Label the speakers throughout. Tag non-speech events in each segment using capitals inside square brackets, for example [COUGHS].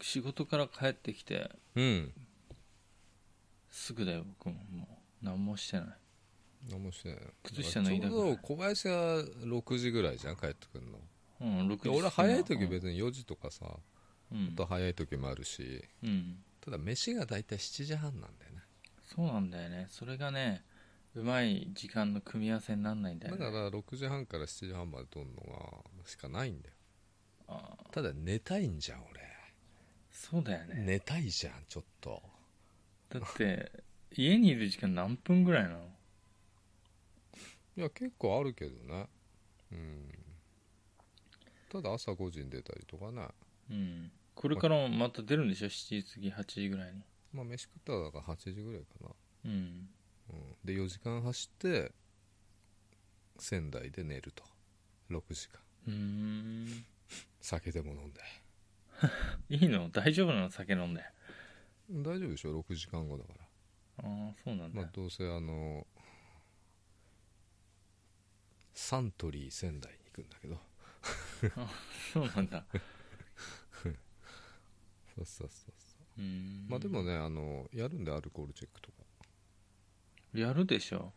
Speaker 1: 仕事から帰ってきて
Speaker 2: うん
Speaker 1: すぐだよ僕ももう何もしてない
Speaker 2: 何もしてないよ
Speaker 1: 靴下脱いだ
Speaker 2: ち
Speaker 1: ぐ
Speaker 2: ょう
Speaker 1: らい
Speaker 2: ど小林が6時ぐらいじゃん帰ってくるの
Speaker 1: うん6
Speaker 2: で
Speaker 1: 時
Speaker 2: 俺は早い時
Speaker 1: に
Speaker 2: 別に4時とかさも
Speaker 1: うん
Speaker 2: っと早い時もあるし
Speaker 1: うん
Speaker 2: ただ飯が大体7時半なんだよね
Speaker 1: そうなんだよねそれがねうまい時間の組み合わせになんないんだよ
Speaker 2: だ
Speaker 1: ね
Speaker 2: から6時半から7時半まで取るのがしかないんだよ
Speaker 1: あー
Speaker 2: ただ寝たいんじゃん
Speaker 1: そうだよ
Speaker 2: 俺
Speaker 1: ね
Speaker 2: 寝たいじゃんちょっと
Speaker 1: だって家にいる時間何分ぐらいなの
Speaker 2: いや結構あるけどねうんただ朝5時に出たりとかね
Speaker 1: うんこれからもまた出るんでしょ7時過ぎ8時ぐらいに
Speaker 2: まあ飯食ったらだから8時ぐらいかな、
Speaker 1: うん
Speaker 2: うん、で4時間走って仙台で寝ると6時間
Speaker 1: うーん
Speaker 2: 酒でも飲んで
Speaker 1: いいの大丈夫なの酒飲んで
Speaker 2: 大丈夫でしょ6時間後だから
Speaker 1: ああそうなんだ、
Speaker 2: まあどうせあのサントリー仙台に行くんだけど
Speaker 1: そうなん
Speaker 2: [LAUGHS]
Speaker 1: だ
Speaker 2: そうそうそうそ
Speaker 1: う
Speaker 2: う
Speaker 1: ーん
Speaker 2: まあでもねあのやるんでアルコールチェックとか
Speaker 1: やるでしょ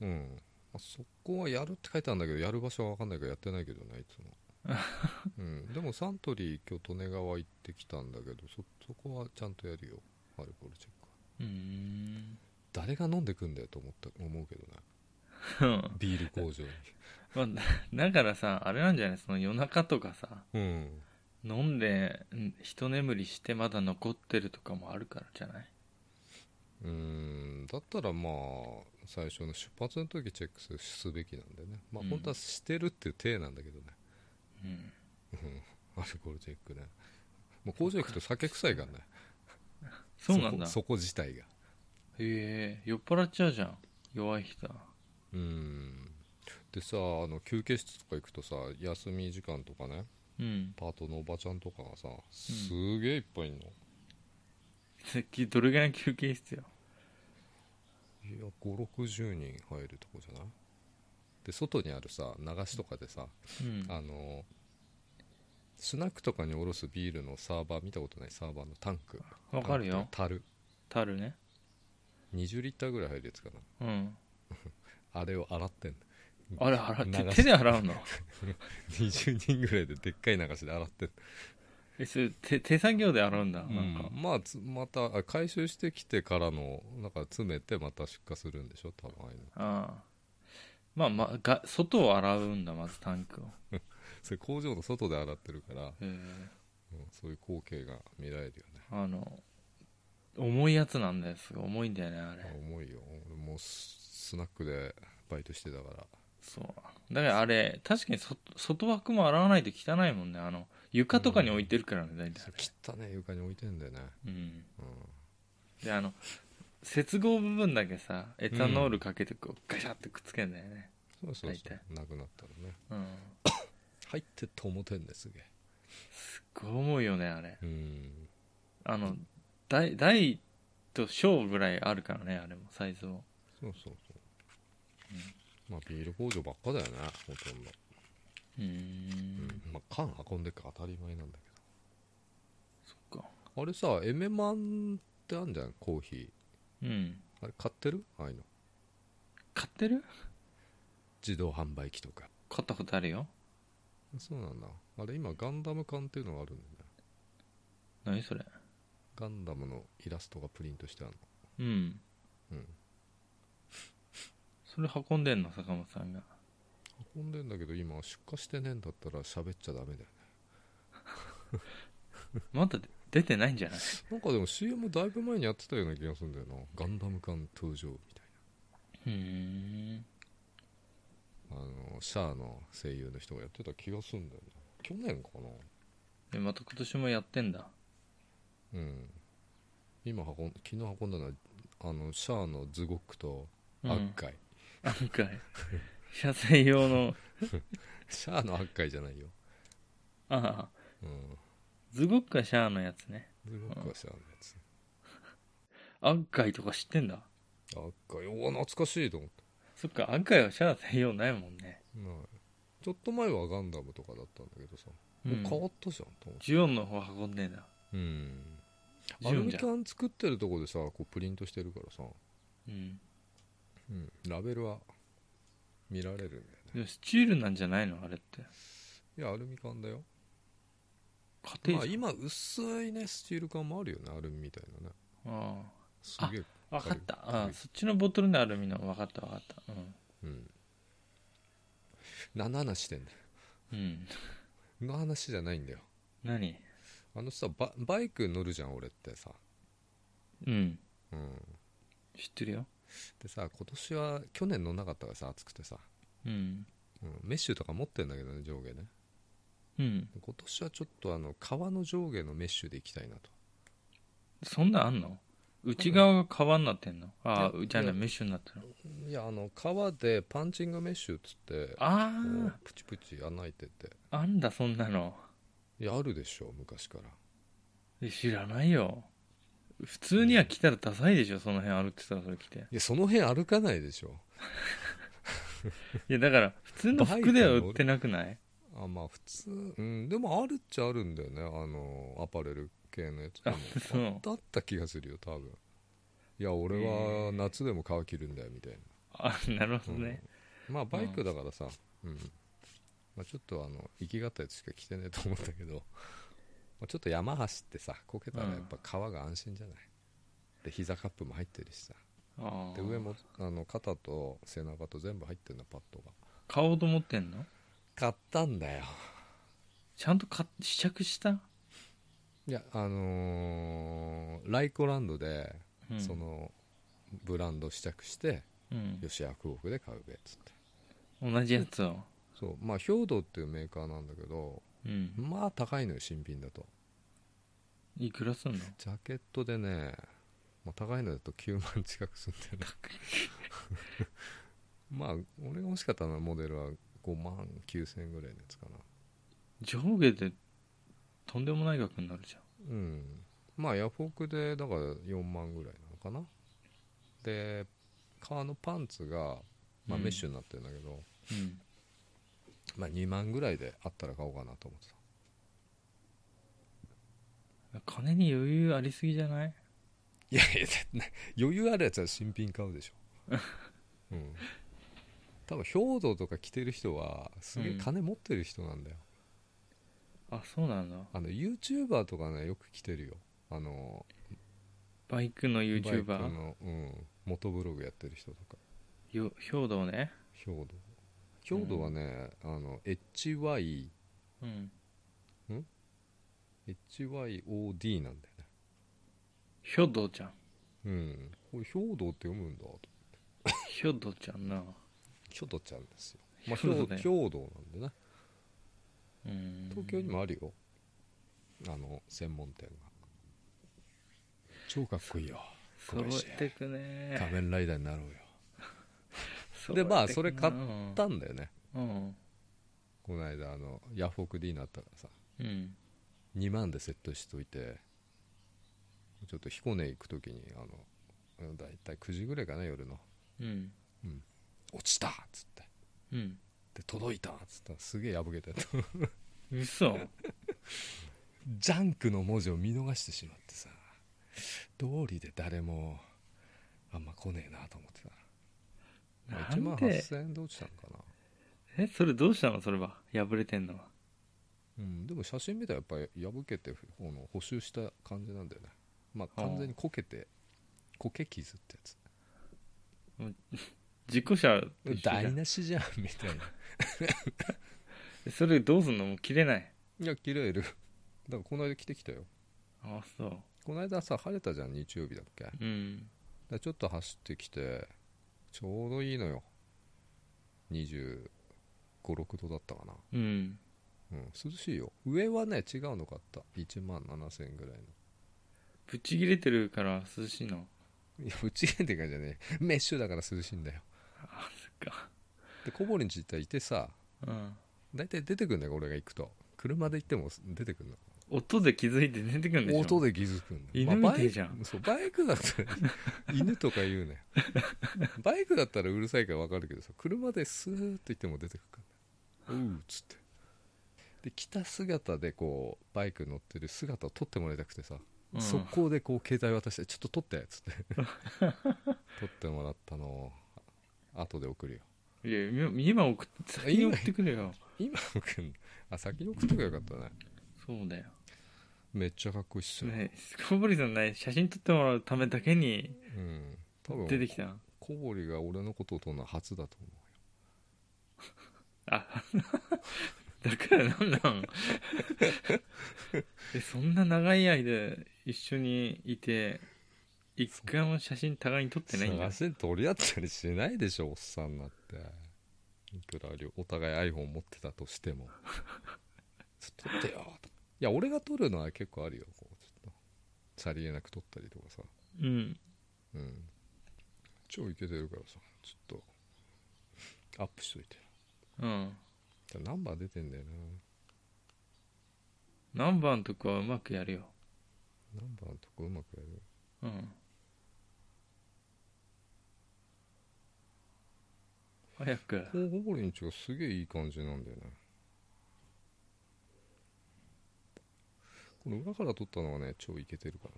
Speaker 2: うん、まあ、そこはやるって書いてあるんだけどやる場所は分かんないからやってないけどねい
Speaker 1: [LAUGHS]
Speaker 2: つも、うん、でもサントリー今日利根川行ってきたんだけどそそこはちゃんとやるよアルコールチェックは
Speaker 1: うーん
Speaker 2: 誰が飲んでくんだよと思った思うけどねビール工場に
Speaker 1: まあだだからさあれなんじ [LAUGHS] ゃないその夜中とかさ
Speaker 2: うん
Speaker 1: 飲んでうん一眠りしてまだ残ってるとかもあるからじゃないう
Speaker 2: ーんだったらまあ最初の出発の時チェックすべきなんだよねまあ
Speaker 1: うん
Speaker 2: 本当はしてるっていう体なんだけどね、
Speaker 1: うん
Speaker 2: アルコールチェックねもう工場行くと酒臭いからね
Speaker 1: [LAUGHS] そうなんだ
Speaker 2: そこそこ自体が
Speaker 1: へえ酔っ払っちゃうじゃん弱い人は
Speaker 2: うんでさあの休憩室とか行くとさ休み時間とかね
Speaker 1: うん [LAUGHS]
Speaker 2: パートのおばちゃんとかがさすげえいっぱいいんの、
Speaker 1: さっきどれぐらいの休憩室よ
Speaker 2: いや560人入るとこじゃないで外にあるさ流しとかでさ、
Speaker 1: うん
Speaker 2: あのスナックとかにおろすビールのサーバー見たことないサーバーのタンク
Speaker 1: わかるよ
Speaker 2: タンク
Speaker 1: たるね
Speaker 2: 樽20リッターぐらい入るやつかな
Speaker 1: うん
Speaker 2: あれを洗ってんの
Speaker 1: あれ洗っ
Speaker 2: 流
Speaker 1: て
Speaker 2: し
Speaker 1: 手で洗うの [LAUGHS]
Speaker 2: 20人ぐらいででっかい流しで洗ってんの
Speaker 1: えそれ手手作業で洗うんだな
Speaker 2: うん
Speaker 1: か
Speaker 2: ん、まあつまたあ回収してきてからのなんか詰めてまた出荷するんでしょ多分ああいうの
Speaker 1: ああまあまあが外を洗うんだまずタンクを
Speaker 2: それ工場の外で洗ってるから、
Speaker 1: へえ
Speaker 2: うんそういう光景が見られるよね
Speaker 1: あの重いやつなんだよすごい重いんだよねあ
Speaker 2: あ
Speaker 1: れ
Speaker 2: 重いよ俺もうススナックでバイトしてたから
Speaker 1: そうだからあれ確かにそ外枠も洗わないと汚いもんねあの床とかに置いてるからね大体あれ
Speaker 2: 汚ね床に置いてんだよね
Speaker 1: うん
Speaker 2: う
Speaker 1: であの接合部分だけさエタノールかけてこうガシャってくっつけんだよね
Speaker 2: んそうそう
Speaker 1: 大
Speaker 2: そ
Speaker 1: 体
Speaker 2: うなくなったのね
Speaker 1: うん
Speaker 2: 入ってって思ってんですげえ
Speaker 1: こう思うよねあれ
Speaker 2: うん
Speaker 1: あの大大と小ぐらいあるからねあれもサイズも
Speaker 2: そうそうそう、まあビール工場ばっかだよねほとんど、
Speaker 1: うー
Speaker 2: うんんまあ、缶運んでっから当たり前なんだけど
Speaker 1: そっか
Speaker 2: あれさエメマンってあんじゃんコーヒー
Speaker 1: うん
Speaker 2: あれ買ってるああいうの
Speaker 1: 買ってる
Speaker 2: 自動販売機とか
Speaker 1: 買ったことあるよ
Speaker 2: そうなんだあれ今ガンダム缶っていうのがあるんだよね
Speaker 1: 何それ
Speaker 2: ガンダムのイラストがプリントしてある
Speaker 1: うん
Speaker 2: のうん
Speaker 1: それ運んでんの坂本さんが
Speaker 2: 運んでんだけど今出荷してねえんだったら喋っちゃダメだよね
Speaker 1: まだ出てないんじゃない
Speaker 2: なんかでも CM だいぶ前にやってたような気がするんだよなガンダム缶登場みたいう
Speaker 1: ーん
Speaker 2: なあのシャアの声優の人がやってた気がするんだよね去年かな
Speaker 1: でまた今年もやってんだ
Speaker 2: うん今運ん昨日運んだのはあのシャアのズゴックと
Speaker 1: うん
Speaker 2: アッカイ、
Speaker 1: なんか車載用の
Speaker 2: シャアのアッカイじゃないよ
Speaker 1: ああ
Speaker 2: うん
Speaker 1: ズゴックはシャアのやつね
Speaker 2: ズゴックはシャアのやつ
Speaker 1: アッカイとか知ってんだ
Speaker 2: あっかよう懐かしいと思って、
Speaker 1: そっかアッカイはシャア専用ないもんね、
Speaker 2: ちょっと前はガンダムとかだったんだけどさ、
Speaker 1: う
Speaker 2: もう変
Speaker 1: ん、
Speaker 2: わったじゃんと思って
Speaker 1: ジオンの方運んでんだ
Speaker 2: うんアル
Speaker 1: 純
Speaker 2: ミ
Speaker 1: じゃん
Speaker 2: 缶作ってるとこでさこうプリントしてるからさ、
Speaker 1: うん
Speaker 2: うん、ラベルは見られるんだよね
Speaker 1: でもスチールなんじゃないのあれって
Speaker 2: いやアルミ缶だよ
Speaker 1: 家
Speaker 2: ま
Speaker 1: 庭
Speaker 2: あ
Speaker 1: じ
Speaker 2: 今薄いねスチール缶もあるよねアルミみたいなね
Speaker 1: ゃん、あ
Speaker 2: すげえ
Speaker 1: あ分かった
Speaker 2: 軽い
Speaker 1: あそっちのボトルのアルミの分かった分かった
Speaker 2: うん何の話してんだよ
Speaker 1: うん、うん、
Speaker 2: の話じゃないんだよ
Speaker 1: 何
Speaker 2: あのさババイク乗るじゃん俺ってさ、
Speaker 1: うん
Speaker 2: うん、
Speaker 1: 知ってるよ
Speaker 2: でさ今年は去年乗んなかったからさ暑くてさ、
Speaker 1: うん
Speaker 2: うん、メッシュとか持ってんだけどね上下ね
Speaker 1: うん
Speaker 2: 今年はちょっとあの革の上下のメッシュで行きたいなと
Speaker 1: そんなんあんの内側が革になってんのあ
Speaker 2: いや
Speaker 1: じゃあね
Speaker 2: いや
Speaker 1: メッシュになってるの
Speaker 2: いやあの革でパンチングメッシュっつって
Speaker 1: あ
Speaker 2: こう
Speaker 1: あ
Speaker 2: プチプチ穴開いてて
Speaker 1: あんだそんなの
Speaker 2: いやあるでしょ昔から
Speaker 1: え知らないよ普通には来たらダサいでしょその辺歩いてたらそれ着て
Speaker 2: いやその辺歩かないでしょ
Speaker 1: いやだから普通の服では売ってなくない
Speaker 2: あまあ普通うんでもあるっちゃあるんだよねあのアパレル系のやつでも
Speaker 1: あそう
Speaker 2: だった気がするよ多分いや俺は夏でも革着るんだよみたいな
Speaker 1: あなるほどね、
Speaker 2: まあバイクだからさ、うんまあ、ちょっとあの行きがったやつしか着てねえと思うんだけど、 [LAUGHS] まあ、ちょっと山走ってさこけたらやっぱ革が安心じゃない、で膝カップも入ってるしさ
Speaker 1: ああ
Speaker 2: で上もあの肩と背中と全部入ってるのパッドが
Speaker 1: 買おうと思ってんの
Speaker 2: 買ったんだよ
Speaker 1: ちゃんと買っ試着した、
Speaker 2: いやあのーライコランドで、
Speaker 1: うん、
Speaker 2: そのブランド試着して
Speaker 1: うん、
Speaker 2: よしヤフオクで買うべっつって
Speaker 1: 同じやつを
Speaker 2: そうまあ兵道っていうメーカーなんだけど
Speaker 1: うん
Speaker 2: まあ高いのよ新品だと
Speaker 1: いくらすんの
Speaker 2: ジャケットでね、まあ、高いのだと9万近くするんだよな [LAUGHS] まあ俺が欲しかったのはモデルは5万9000円ぐらいのやつかな
Speaker 1: 上下でとんでもない額になるじ
Speaker 2: うんまあヤフオクでだから4万ぐらいなのかなで革のパンツが、まあ、
Speaker 1: うん
Speaker 2: メッシュになってるんだけど、
Speaker 1: ゃん、うん、
Speaker 2: まあ2万ぐらいであったら買おうかなと思ってた
Speaker 1: 金に余裕ありすぎじゃない
Speaker 2: いやいやだってね余裕あるやつは新品買うでしょ
Speaker 1: [LAUGHS]
Speaker 2: うん多分兵道とか着てる人はすげえ金持ってる人なんだよ、
Speaker 1: あそうなんだ
Speaker 2: あの YouTuber とかねよく着てるよあの
Speaker 1: バイクの
Speaker 2: バイク
Speaker 1: YouTuber
Speaker 2: の、うん、元ブログやってる人とか
Speaker 1: よ兵道ね
Speaker 2: 兵道兵道はね、あの HY
Speaker 1: うん
Speaker 2: HYOD なんだよね
Speaker 1: 兵道ちゃん
Speaker 2: うんこれ兵道って読むんだと
Speaker 1: 兵道ちゃんな
Speaker 2: 兵道ちゃんですよまあ
Speaker 1: 兵
Speaker 2: 兵
Speaker 1: 道
Speaker 2: 道
Speaker 1: だよ
Speaker 2: 兵道なんでね
Speaker 1: うん
Speaker 2: 東京にもあるよあの専門店が超かっこいいよ
Speaker 1: 揃えてくね
Speaker 2: 仮面ライダーになろうよ
Speaker 1: 揃えてくな
Speaker 2: でまあそれ買っ
Speaker 1: うん
Speaker 2: たんだよね
Speaker 1: うん
Speaker 2: この間あのヤフオク D になったからさ
Speaker 1: うん
Speaker 2: 2万でセットしといてちょっと彦根行く時にあのうんだいたい9時ぐらいかな夜の
Speaker 1: うん
Speaker 2: 落ちたっつって
Speaker 1: うん
Speaker 2: で届いたっつったらすげえ破けてた
Speaker 1: 嘘
Speaker 2: ジャンクの文字を見逃してしまってさ道理で誰もあんま来ねえなと思ってたま
Speaker 1: な
Speaker 2: あ1万
Speaker 1: んで
Speaker 2: 8000円で落ちたのかな
Speaker 1: えそれどうしたのそれは破れてんのは
Speaker 2: うん、でも写真見たらやっぱり破けてあの補修した感じなんだよねまあ
Speaker 1: あー
Speaker 2: 完全にこけてこけ傷ってやつ
Speaker 1: 事故車と一緒じゃん
Speaker 2: 台無しじゃんみたいな
Speaker 1: えそれどうすんのもう切れない
Speaker 2: いや切れるだからこの間着てきたよ
Speaker 1: あそう
Speaker 2: この間さ晴れたじゃん日曜日だっけだか
Speaker 1: うん
Speaker 2: らちょっと走ってきてちょうどいいのよ2 5 6度だったかな
Speaker 1: うん
Speaker 2: うん涼しいよ上はね違うの買った1万7000円ぐらいの
Speaker 1: ぶち切れてるから涼しいの
Speaker 2: いやうちへんって感じじゃねえメッシュだから涼しいんだよ
Speaker 1: あそっか
Speaker 2: で小堀に行ったらいてさ
Speaker 1: うん
Speaker 2: 大体出てくんだよ俺が行くと車で行っても出てくんの
Speaker 1: 音で気づいて出てくるんでしょ
Speaker 2: 音で気づくんだよ
Speaker 1: 犬みてえじゃん
Speaker 2: バイクそうバイクだったら
Speaker 1: [LAUGHS]
Speaker 2: 犬とか言うねバイクだったらうるさいから分かるけどさ車でスーッと行っても出てくるからねうーっつってで着た姿でこうバイク乗ってる姿を撮ってもらいたくてさ、
Speaker 1: うん
Speaker 2: 速攻でこう携帯渡して「ちょっと撮って」っつって [LAUGHS] 撮ってもらったのを後で送るよ
Speaker 1: いや今今送っ先に送ってくれよ
Speaker 2: 今送るあ先に送っとけばよかったね
Speaker 1: そうだよ
Speaker 2: めっちゃかっこいいっすよ、
Speaker 1: ねスコボリさんね写真撮ってもらうためだけに
Speaker 2: うん多
Speaker 1: 出て
Speaker 2: 分
Speaker 1: きたの
Speaker 2: 小堀が俺のことを撮るのは初だと思う
Speaker 1: あ [LAUGHS] だからなん
Speaker 2: [LAUGHS]
Speaker 1: なんえそんな長い間一緒にいて一回も写真互いに撮ってないんだ
Speaker 2: 写真撮り合ったりしないでしょおっさんになっていくら両お互い iPhone 持ってたとしても [LAUGHS] ちょっと撮ってよいや俺が撮るのは結構あるよこうちょっとさりげなく撮ったりとかさ
Speaker 1: うん
Speaker 2: うん超イケてるからさちょっとアップしといて
Speaker 1: うん
Speaker 2: じゃナンバー出てんだよな
Speaker 1: 何番とかはうまくやるよ
Speaker 2: ナンバーのとこうまくやる
Speaker 1: うん早く
Speaker 2: ほほぼりんちがすげえいい感じなんだよねこの裏から撮ったのはね超イケてるか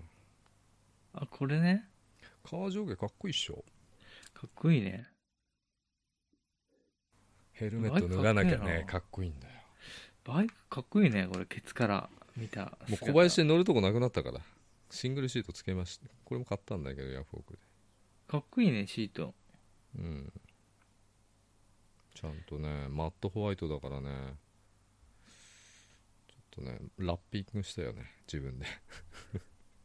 Speaker 2: ら
Speaker 1: あこれね
Speaker 2: 革上下かっこいいっしょ
Speaker 1: かっこいいね
Speaker 2: ヘルメット脱がなきゃ
Speaker 1: かっこいいな
Speaker 2: ねかっこいいんだよ
Speaker 1: バイクかっこいいねこれケツから見た
Speaker 2: もう
Speaker 1: 姿
Speaker 2: 小林に乗るとこなくなったからシングルシートつけましたこれも買ったんだけどヤフオクで
Speaker 1: かっこいいねシート
Speaker 2: うんちゃんとねマットホワイトだからねちょっとねラッピングしたよね自分で
Speaker 1: へ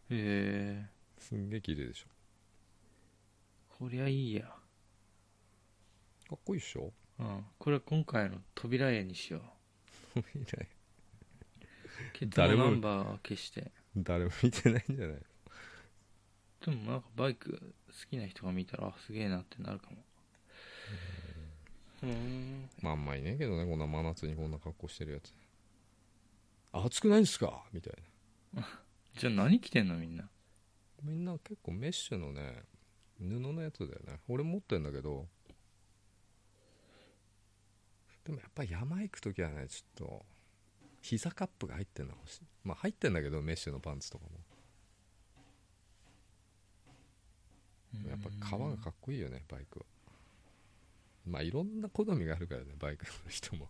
Speaker 1: え
Speaker 2: すんげえ綺麗でしょ
Speaker 1: こりゃいいや
Speaker 2: かっこいいっしょ
Speaker 1: うんこれは今回の扉絵にしよう
Speaker 2: いない
Speaker 1: ケツの
Speaker 2: 誰も
Speaker 1: ナンバーは消して
Speaker 2: 誰も見てないんじゃない
Speaker 1: でもなんかバイク好きな人が見たらあすげえなってなるかもうん
Speaker 2: まああんまいねえけどねこんな真夏にこんな格好してるやつ暑くないんすかみたいな
Speaker 1: じゃあ何着てんのみんな
Speaker 2: みんな結構メッシュのね布のやつだよね俺持ってんだけどでもやっぱ山行く時はねちょっと膝カップが入ってんのが欲しいまあ入ってんだけどメッシュのパンツとかもやっぱ革がかっこいいよねバイクはまあいろんな好みがあるからねバイクの人も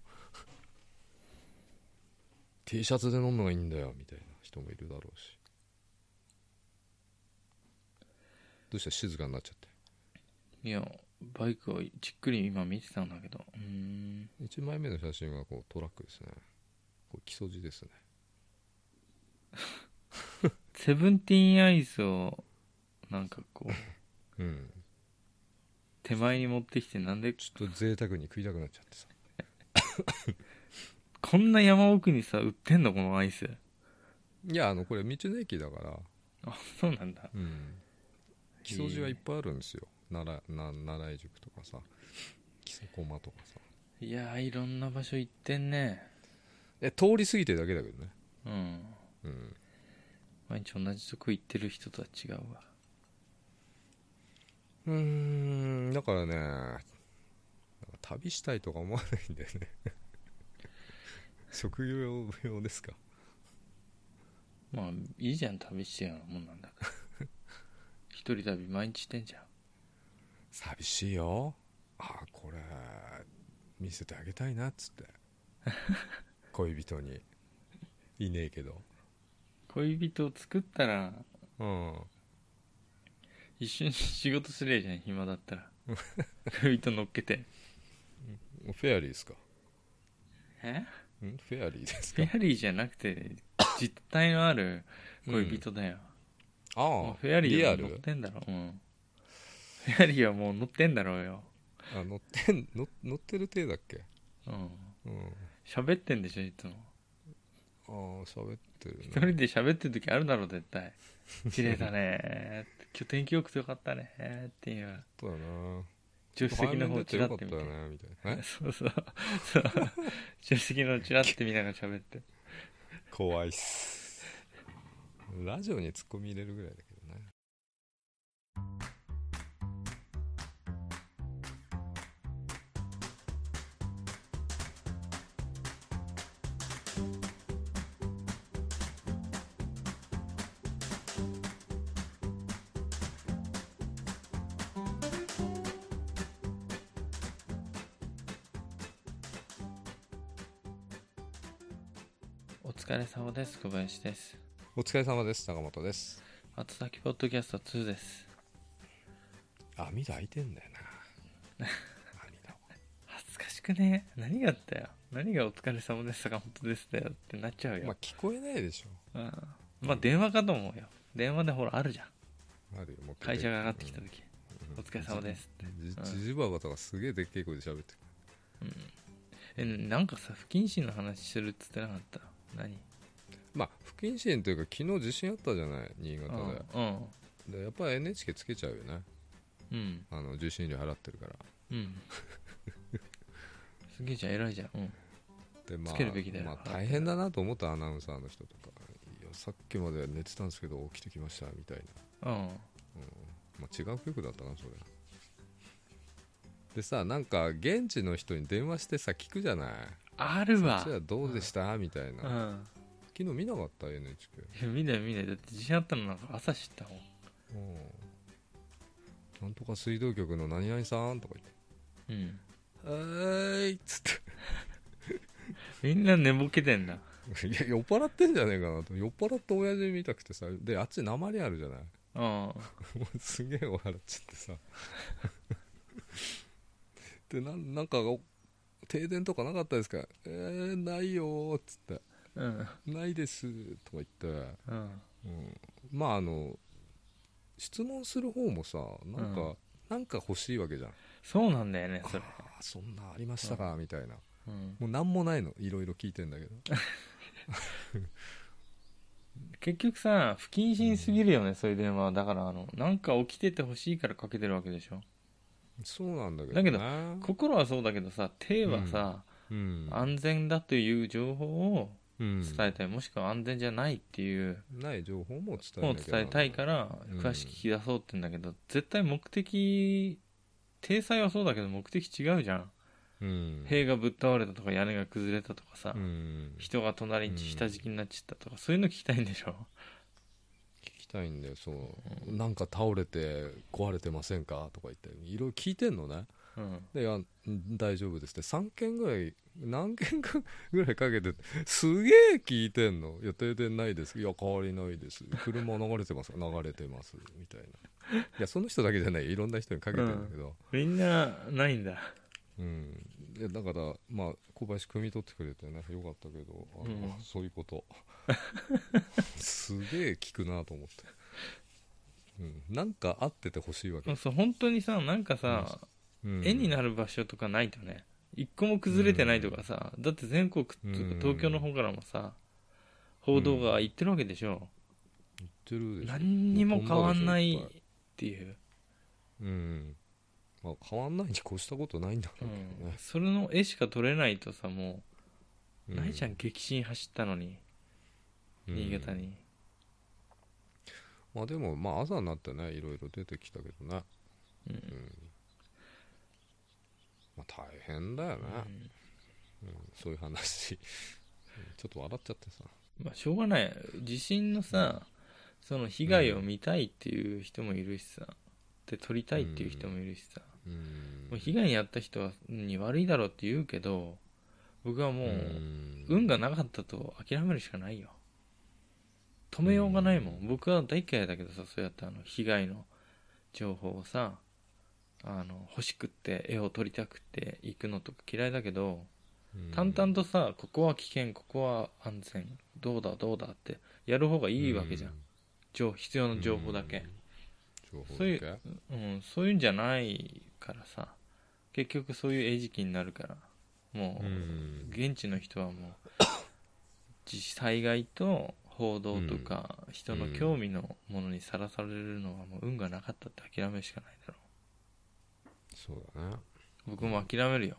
Speaker 2: [LAUGHS] T シャツで飲むのがいいんだよみたいな人もいるだろうしどうした静かになっちゃって
Speaker 1: いやバイクをじっくり今見てたんだけどうーん
Speaker 2: 1枚目の写真はこうトラックですねこう木曽路ですね
Speaker 1: セブンティーンアイスをなんかこう
Speaker 2: うん
Speaker 1: 手前に持ってきてなんで
Speaker 2: ちょっと贅沢に食いたくなっちゃってさ
Speaker 1: こんな山奥にさ売ってんのこのアイス
Speaker 2: いやあのこれ道の駅だから
Speaker 1: あそうなんだ
Speaker 2: うん木曽路はいっぱいあるんですよ奈良な奈良井宿とかさ木曽駒とかさ
Speaker 1: いやーいろんな場所行ってんね
Speaker 2: え通り過ぎてるだけだけどね
Speaker 1: うん
Speaker 2: うん
Speaker 1: 毎日同じとこ行ってる人とは違うわ
Speaker 2: うーんだからねなんか旅したいとか思わないんだよね [LAUGHS] 職業用ですか
Speaker 1: まあいいじゃん旅してようなもんなんだから [LAUGHS] 一人旅毎日してんじゃん
Speaker 2: 寂しいよあこれ見せてあげたいなっつって恋人にいねえけど
Speaker 1: 恋人を作ったら
Speaker 2: うん
Speaker 1: 一緒に仕事すりゃいいじゃん暇だ [LAUGHS] ったら恋人乗っけて
Speaker 2: フェアリーですか
Speaker 1: え
Speaker 2: んフェアリーです
Speaker 1: フ
Speaker 2: か
Speaker 1: ェアリーじゃなくて実体のある恋人だよ、も
Speaker 2: あ
Speaker 1: う
Speaker 2: あ
Speaker 1: フェアリ
Speaker 2: リ
Speaker 1: ー
Speaker 2: ア
Speaker 1: は乗っ
Speaker 2: ル
Speaker 1: てんだろ、うん、フェアリーはもう乗ってんだろうよ
Speaker 2: あ乗ってん乗乗ってる体だっけ
Speaker 1: うん
Speaker 2: うん
Speaker 1: 喋ってんでしょいつも
Speaker 2: ああ喋ってる
Speaker 1: 一
Speaker 2: ね
Speaker 1: 人で喋ってる時あるだろう絶対綺麗だねーって今日天気良くてよかったねーっていう
Speaker 2: そうだな
Speaker 1: 助手席の
Speaker 2: 背面
Speaker 1: 方
Speaker 2: 出て
Speaker 1: チラ
Speaker 2: よ
Speaker 1: っ
Speaker 2: かってた
Speaker 1: 見
Speaker 2: よ
Speaker 1: て
Speaker 2: ねみたいなえ
Speaker 1: そうそうそう助手席のチラって見ながら喋って
Speaker 2: [LAUGHS] 怖いっすラジオにツッコミ入れるぐらいだけどね
Speaker 3: 「
Speaker 1: 疲れ様です小林です
Speaker 2: お疲れ様です中本です
Speaker 1: 厚崎ポッドキャスト2です
Speaker 2: 網戸開いてんだよな網戸
Speaker 1: 恥ずかしくね何があったよ何がお疲れ様です坂本ですだよってなっちゃう [LAUGHS] よ、
Speaker 2: まあ聞こえないでしょ
Speaker 1: うんまあ電話かと思うよ電話でほらあるじゃん
Speaker 2: あるよもう
Speaker 1: 会社が上がってきた
Speaker 2: うん
Speaker 1: 時、お疲れ様ですって、
Speaker 2: じ
Speaker 1: うん
Speaker 2: じじばばとかすげえでっけえ声で喋って
Speaker 1: うん、えなんかさ不謹慎の話するっつってなかった何
Speaker 2: まあ不謹慎というか昨日地震あったじゃない新潟で,、
Speaker 1: うん
Speaker 2: でやっぱり NHK つけちゃうよね
Speaker 1: うん
Speaker 2: あの受信料払ってるから
Speaker 1: うん、 [LAUGHS] すげえじゃん偉いじゃん、うん、
Speaker 2: で、まあ、
Speaker 1: つけるべきだよ
Speaker 2: まあ大変だなと思ったアナウンサーの人とかいやさっきまで寝てたんですけど起きてきましたみたいな、
Speaker 1: うん
Speaker 2: まあ、違う曲だったなそれでさなんか現地の人に電話してさ聞くじゃない
Speaker 1: ある
Speaker 2: そっ
Speaker 1: わ
Speaker 2: ちはどうでした、みたいうな、
Speaker 1: ん
Speaker 2: 昨日見なかった NHK
Speaker 1: いや見ない見ないだって自信あったのなんか朝知ったもん
Speaker 2: うんなんとか水道局の何々さんとか言って
Speaker 1: うん
Speaker 2: 「はーい」っつって
Speaker 1: みんな寝ぼけてんだ
Speaker 2: [LAUGHS] いや酔っ払ってんじゃねえかなと酔っ払った親父見たくてさであっち鉛あるじゃない
Speaker 1: うん
Speaker 2: もうすげえ笑っちゃってさでなんなんかお停電とかなかったですかえー、ないよーっつって
Speaker 1: うん
Speaker 2: ないですとか言って、
Speaker 1: うん
Speaker 2: うん、まああの質問する方もさなんか、
Speaker 1: う
Speaker 2: なんか欲しいわけじゃんあ
Speaker 1: そうなんだよねそれ
Speaker 2: ーそんなんありましたか、みたいな
Speaker 1: うん
Speaker 2: もう何もないのいろいろ聞いてんだけど
Speaker 1: 結局さ不謹慎すぎるよね、そういう電話はだからあのなんか起きててほしいからかけてるわけでしょ
Speaker 2: そうなんだけど
Speaker 1: だけど
Speaker 2: ね
Speaker 1: 心はそうだけどさ手はさ、
Speaker 2: うん
Speaker 1: 安全だという情報を
Speaker 2: うん
Speaker 1: 伝えたい、もしくは安全じゃないっていう
Speaker 2: ない情報も伝え
Speaker 1: も
Speaker 2: な
Speaker 1: う
Speaker 2: きゃ
Speaker 1: 伝えたいから
Speaker 2: うん
Speaker 1: 詳しく聞き出そうってんだけど、絶対目的体裁はそうだけど目的違うじゃん
Speaker 2: うん
Speaker 1: 塀がぶっ倒れたとか屋根が崩れたとかさ、
Speaker 2: うん
Speaker 1: 人が隣に下敷きになっちゃったとか、そういうの聞きたいんでしょ
Speaker 2: 聞きたいんだよそうなんか倒れて壊れてませんかとか言っていろいろ聞いてんのね
Speaker 1: うん
Speaker 2: でいやうん大丈夫ですって3件ぐらい何件かぐらいかけてすげえ聞いてんの「いや停電ないです」「いや変わりないです」「車流れてます」「流れてます」みたいないやその人だけじゃないいろんな人にかけてんだけど、
Speaker 1: みんなないんだ
Speaker 2: うんでだからまあ小林汲み取ってくれてねよかったけどあの、
Speaker 1: うん
Speaker 2: [LAUGHS] そういうことすげえ聞くなと思って、うん、なんか合っててほしいわけ、
Speaker 1: そう本当にさなんかさ、
Speaker 2: うん
Speaker 1: 絵になる場所とかないとね一個も崩れてないとかさ、だって全国っていう
Speaker 2: うん
Speaker 1: か東京の方からもさ報道が行ってるわけでしょ、
Speaker 2: 言ってるでしょ
Speaker 1: 何にも変わんない
Speaker 2: もうこんなのでしょっ
Speaker 1: っていう、
Speaker 2: ぱいうんまあ、変わんないに越したことないんだろ
Speaker 1: う
Speaker 2: うんけどね、
Speaker 1: それの絵しか撮れないとさも
Speaker 2: う
Speaker 1: うないじゃん、激震走ったのに
Speaker 2: うん
Speaker 1: 新潟に、
Speaker 2: まあでもまあ朝になってねいろいろ出てきたけどね
Speaker 1: うん
Speaker 2: まあ大変だよね、
Speaker 1: うん
Speaker 2: うんそういう話 [LAUGHS] ちょっと笑っちゃってさ
Speaker 1: まあ、しょうがない地震のさ、その被害を見たいっていう人もいるしさで撮りたいっていう人もいるしさ、
Speaker 2: うん
Speaker 1: もう被害に遭った人はに悪いだろうって言うけど僕はもう、
Speaker 2: うん
Speaker 1: 運がなかったと諦めるしかないよ止めようがないもん、僕は大嫌いだけどさそうやってあの被害の情報をさあの欲しくって絵を撮りたくって行くのとか嫌いだけど、淡々とさここは危険ここは安全どうだどうだってやる方がいいわけじゃん、情必要
Speaker 2: う
Speaker 1: なん情報だけ、
Speaker 2: 情報だけ
Speaker 1: そういううん、そういうんじゃないからさ結局そういう餌食になるからもう、
Speaker 2: うん
Speaker 1: 現地の人はもう
Speaker 2: [COUGHS]
Speaker 1: 自災害と報道とか人の興味のものにさらされるのはもう運がなかったって諦めるしかないだろ
Speaker 2: そうだね
Speaker 1: う僕も諦めるよ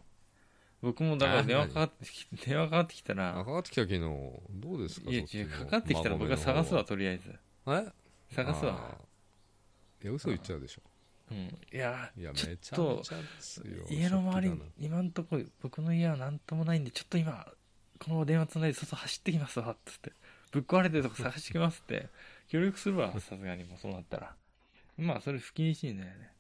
Speaker 1: 僕もだから電話かかってき電話かかってきた
Speaker 2: あからかってきた昨日どうですか
Speaker 1: いや
Speaker 2: そっち
Speaker 1: 違う
Speaker 2: の
Speaker 1: かかってきたら僕は探すわとりあえず
Speaker 2: 孫の方はえ
Speaker 1: 探すわ
Speaker 2: あーいや嘘言っちゃうでしょ
Speaker 1: うんいや
Speaker 2: いやめ
Speaker 1: ち
Speaker 2: ちゃ
Speaker 1: ょっ
Speaker 2: めちゃ
Speaker 1: と
Speaker 2: ですよ
Speaker 1: 家の周
Speaker 2: ショッ
Speaker 1: り
Speaker 2: クだな
Speaker 1: 今んとこ僕の家は何ともないんでちょっと今この電話つないで外走ってきますわっつってぶっ壊れてるとこ探してきますって
Speaker 2: [LAUGHS]
Speaker 1: 協力するわさすがにもうそうなったらまあそれ不謹慎だよね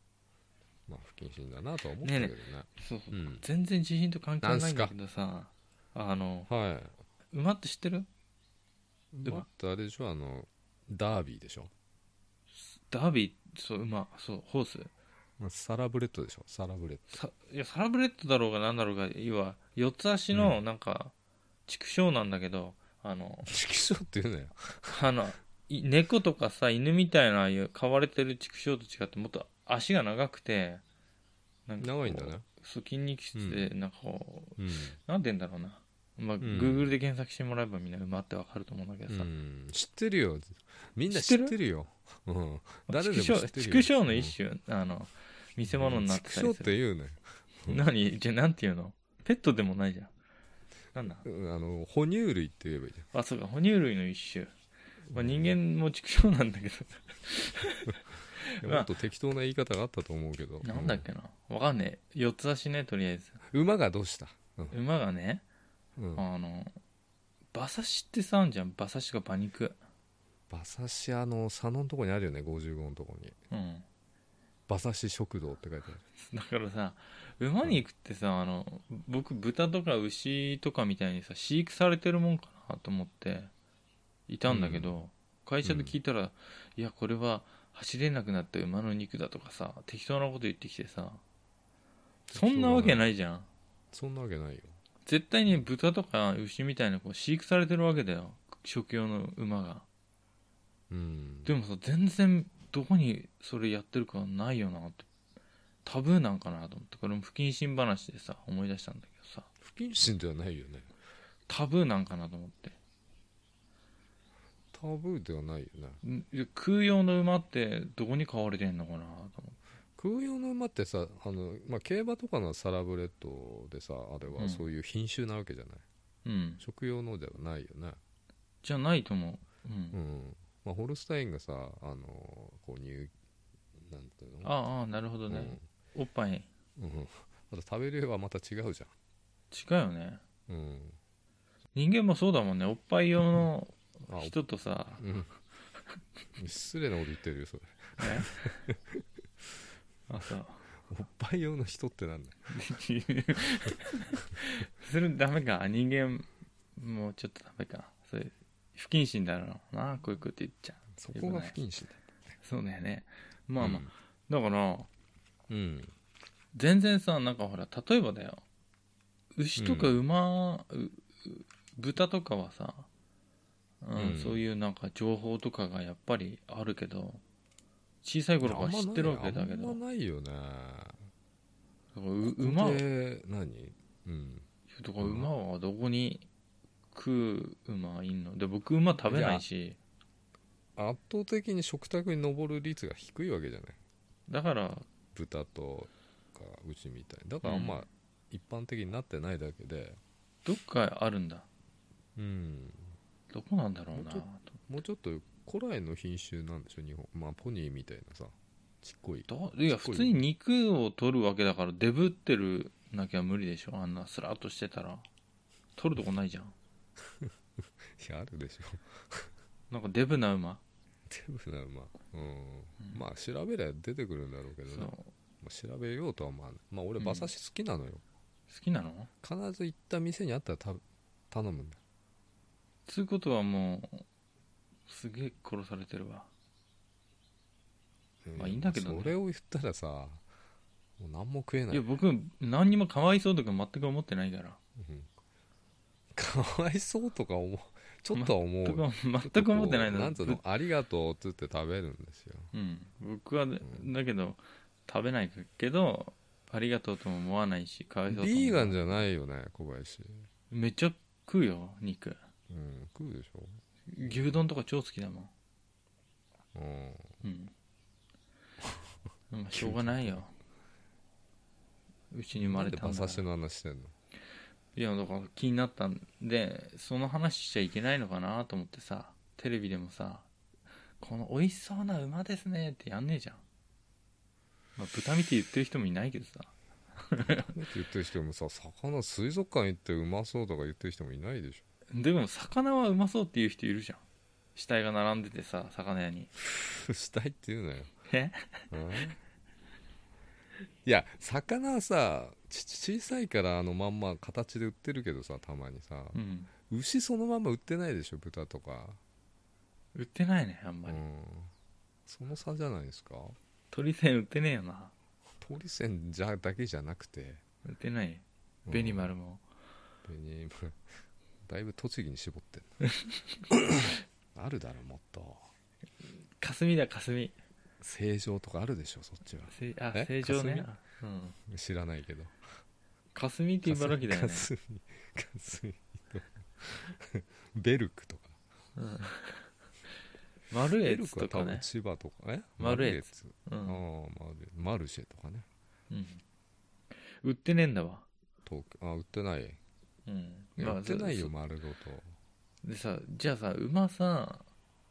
Speaker 2: まあ不謹慎だなとは思ったけどね
Speaker 1: そうそう
Speaker 2: うん
Speaker 1: 全然地震と関係ないんだけどさあの
Speaker 2: はい
Speaker 1: 馬って知ってるでも
Speaker 2: 馬ってあれでしょあのダービーでしょ
Speaker 1: ダービーそう馬そうホース
Speaker 2: まあサラブレッドでし [LAUGHS] ょサラブレッ
Speaker 1: さいやサラブレッドだろうが何だろうが要は四つ足のなんか畜生なんだけど、あの
Speaker 2: ド畜生って言うなよ
Speaker 1: あのい猫とかさ犬みたいなああいう飼われてる畜生と違ってもっと足が長くてなかこう
Speaker 2: 長いんだね
Speaker 1: そう筋肉質でなんかこう、
Speaker 2: うん
Speaker 1: なんて言うんだろうなまあ、
Speaker 2: ん
Speaker 1: Google で検索してもらえばみんな馬ってわかると思うんだけどさ、
Speaker 2: うん知ってるよみんな知ってるようん誰でも知ってるよ
Speaker 1: 畜生畜生の一種、あの見せ物になってた
Speaker 2: 畜生
Speaker 1: り
Speaker 2: っ
Speaker 1: する、
Speaker 2: て言うね
Speaker 1: 何 [LAUGHS] じゃあなんて言うのペットでもないじゃんなんだ
Speaker 2: うんあの哺乳類って言えばいいじ
Speaker 1: あそうか哺乳類の一種、まあ、人間も畜生なんだけど、
Speaker 2: ゃん
Speaker 1: まあ
Speaker 2: もっと適当な言い方があったと思うけど
Speaker 1: なんだっけなわかんねえ四つ足ねとりあえず
Speaker 2: うん馬がどうしたうん
Speaker 1: 馬がね
Speaker 2: うん
Speaker 1: あの馬刺しってさあんじゃん馬刺しとか馬肉
Speaker 2: 馬刺しあの佐野のとこにあるよね55のとこに
Speaker 1: うん
Speaker 2: 馬刺し食堂って書いてある
Speaker 1: だからさ馬肉ってさあの僕豚とか牛とかみたいにさ飼育されてるもんかなと思っていたんだけど、会社で聞いたら、いやこれは走れなくなった馬の肉だとかさ適当なこと言ってきてさそんなわけないじゃん
Speaker 2: そんなわけないよ
Speaker 1: 絶対に豚とか牛みたいなこう飼育されてるわけだよ食用の馬が
Speaker 2: うん
Speaker 1: でもさ全然どこにそれやってるかないよなってタブーなんかなと思ってこれも不謹慎話でさ思い出したんだけどさ
Speaker 2: 不謹慎ではないよね
Speaker 1: タブーなんかなと思って
Speaker 2: タブーではないよね
Speaker 1: んいや空用の馬ってどこに飼われてんのかなと思って
Speaker 2: 空用の馬ってさあの、まあ、競馬とかのサラブレッドでさあれ
Speaker 1: う
Speaker 2: は
Speaker 1: ん
Speaker 2: そういう品種なわけじゃない、
Speaker 1: うん
Speaker 2: 食用のではないよね
Speaker 1: じゃないと思うう、
Speaker 2: うんん、まあ、ホルスタインがさあのこう入なんていうの
Speaker 1: ああああなるほどね、おっぱい
Speaker 2: うんうん、 [LAUGHS] また食べればまた違うじ
Speaker 1: 違うよね
Speaker 2: ゃんうん
Speaker 1: 人間もそうだもんねおっぱい用の
Speaker 2: あお
Speaker 1: 人と
Speaker 2: [LAUGHS]
Speaker 1: さ [LAUGHS]
Speaker 2: うん失礼なこと言ってるよそれ
Speaker 1: あそう
Speaker 2: おっぱい用の人ってなんだよ
Speaker 1: それダメか人間もうちょっとダメかそれ不謹慎だろうなこういうこと言っちゃ
Speaker 2: そこが不謹慎だ
Speaker 1: そうだよねまあまあ
Speaker 2: あ、
Speaker 1: だから
Speaker 2: うんうん
Speaker 1: 全然さなんかほら例えばだよ牛とか馬、うう豚とかはさ、うん
Speaker 2: うん
Speaker 1: そういうなんか情報とかがやっぱりあるけど小さい頃から知ってるわけだけ
Speaker 2: あ
Speaker 1: ど
Speaker 2: んまないよね
Speaker 1: う馬を
Speaker 2: で何うん
Speaker 1: とか馬はどこに食う馬いんので僕馬食べないし
Speaker 2: 圧倒的に食卓に上る率が低いわけじゃない
Speaker 1: だから
Speaker 2: 豚とか牛みたいだからあんま一般的になってないだけで
Speaker 1: どっかあるんだ
Speaker 2: うん
Speaker 1: どこなんだろうな
Speaker 2: もうちょっもうちょっと古来の品種なんでしょ日本まあポニーみたいなさちっこい
Speaker 1: とどいや
Speaker 2: す
Speaker 1: 普
Speaker 2: ごい
Speaker 1: 通に肉を取るわけだからデブってるなきゃ無理でしょあんなスラッとしてたら取るとこないじゃん
Speaker 2: いやあるでしょ [LAUGHS]
Speaker 1: なんかデブな馬
Speaker 2: 全部なまあうん
Speaker 1: うん
Speaker 2: まあ調べりゃ出てくるんだろうけど
Speaker 1: そ
Speaker 2: ね
Speaker 1: う
Speaker 2: ま
Speaker 1: 好
Speaker 2: あ調べようとは思わないまあ俺馬刺し好きなのよ
Speaker 1: きなの
Speaker 2: 必ず行った店にあったらた頼むんだ
Speaker 1: つうことはもうすげえ殺されてるわまあいいんだけどね
Speaker 2: それを言ったらさもう何も食えない
Speaker 1: いや僕何にもかわいそうとか全く思ってないから
Speaker 2: うんかわいそうとか思うちょっとは思う
Speaker 1: と
Speaker 2: よ
Speaker 1: か全く思ってない
Speaker 2: ち
Speaker 1: の
Speaker 2: ょとこうなんつうのありがとうっつって食べるんですよ
Speaker 1: うん、僕はねだけど食べないけどありがとうとも思わないしかわいそうとも
Speaker 2: ビーガンじゃないよね小林
Speaker 1: めっちゃ食うよ肉
Speaker 2: うん食うでしょ
Speaker 1: 牛丼とか超好きだもん
Speaker 2: うん
Speaker 1: うんまあしょうがないようちに生ま
Speaker 2: なん
Speaker 1: れ
Speaker 2: で
Speaker 1: たん
Speaker 2: 馬
Speaker 1: だから
Speaker 2: 刺しの話してんの
Speaker 1: いやだから気になったんでその話しちゃいけないのかなと思ってさテレビでもさこの美味しそうな馬ですねってやんねえじゃん、まあ、豚見て言ってる人もいないけどさ
Speaker 2: って言ってる人もさ魚水族館行ってうまそうとか言ってる人もいないでしょ
Speaker 1: でも魚はうまそうっていう人いるじゃん死体が並んでてさ魚屋に
Speaker 2: [LAUGHS] したいって言うなよ
Speaker 1: え
Speaker 2: うんいや魚はさち小さいからあのまんま形で売ってるけどさたまにさ
Speaker 1: うん
Speaker 2: 牛そのまま売ってないでしょ豚とか、
Speaker 1: 売ってないねあんま
Speaker 2: う
Speaker 1: り、
Speaker 2: んその差じゃないですか
Speaker 1: 鳥線売ってねえよな
Speaker 2: 鳥線じゃだけじゃなくて
Speaker 1: 売ってないベニマ
Speaker 2: ル、
Speaker 1: ルも、
Speaker 2: うんベニマルだいぶ栃木に絞ってるあるだろもっと
Speaker 1: 霞だ霞
Speaker 2: 正常とかあるでしょそっちは
Speaker 1: せあ
Speaker 2: え
Speaker 1: 正常ねうん
Speaker 2: 知らないけど
Speaker 1: 霞って茨城だよね
Speaker 2: かすみかすみとベルクとか
Speaker 1: うんマルエ
Speaker 2: ベル
Speaker 1: ツ
Speaker 2: クは
Speaker 1: と
Speaker 2: 多
Speaker 1: か
Speaker 2: 分
Speaker 1: ね
Speaker 2: 千葉とかえ
Speaker 1: マルエ
Speaker 2: ツ
Speaker 1: う
Speaker 2: ああ
Speaker 1: ん、
Speaker 2: マルマルシェとかね
Speaker 1: うん、売ってねえんだわ
Speaker 2: 東京あ売ってない
Speaker 1: うん
Speaker 2: いや
Speaker 1: まあ
Speaker 2: 売ってないよ
Speaker 1: そ
Speaker 2: 丸ごと
Speaker 1: でさじゃあさ馬さ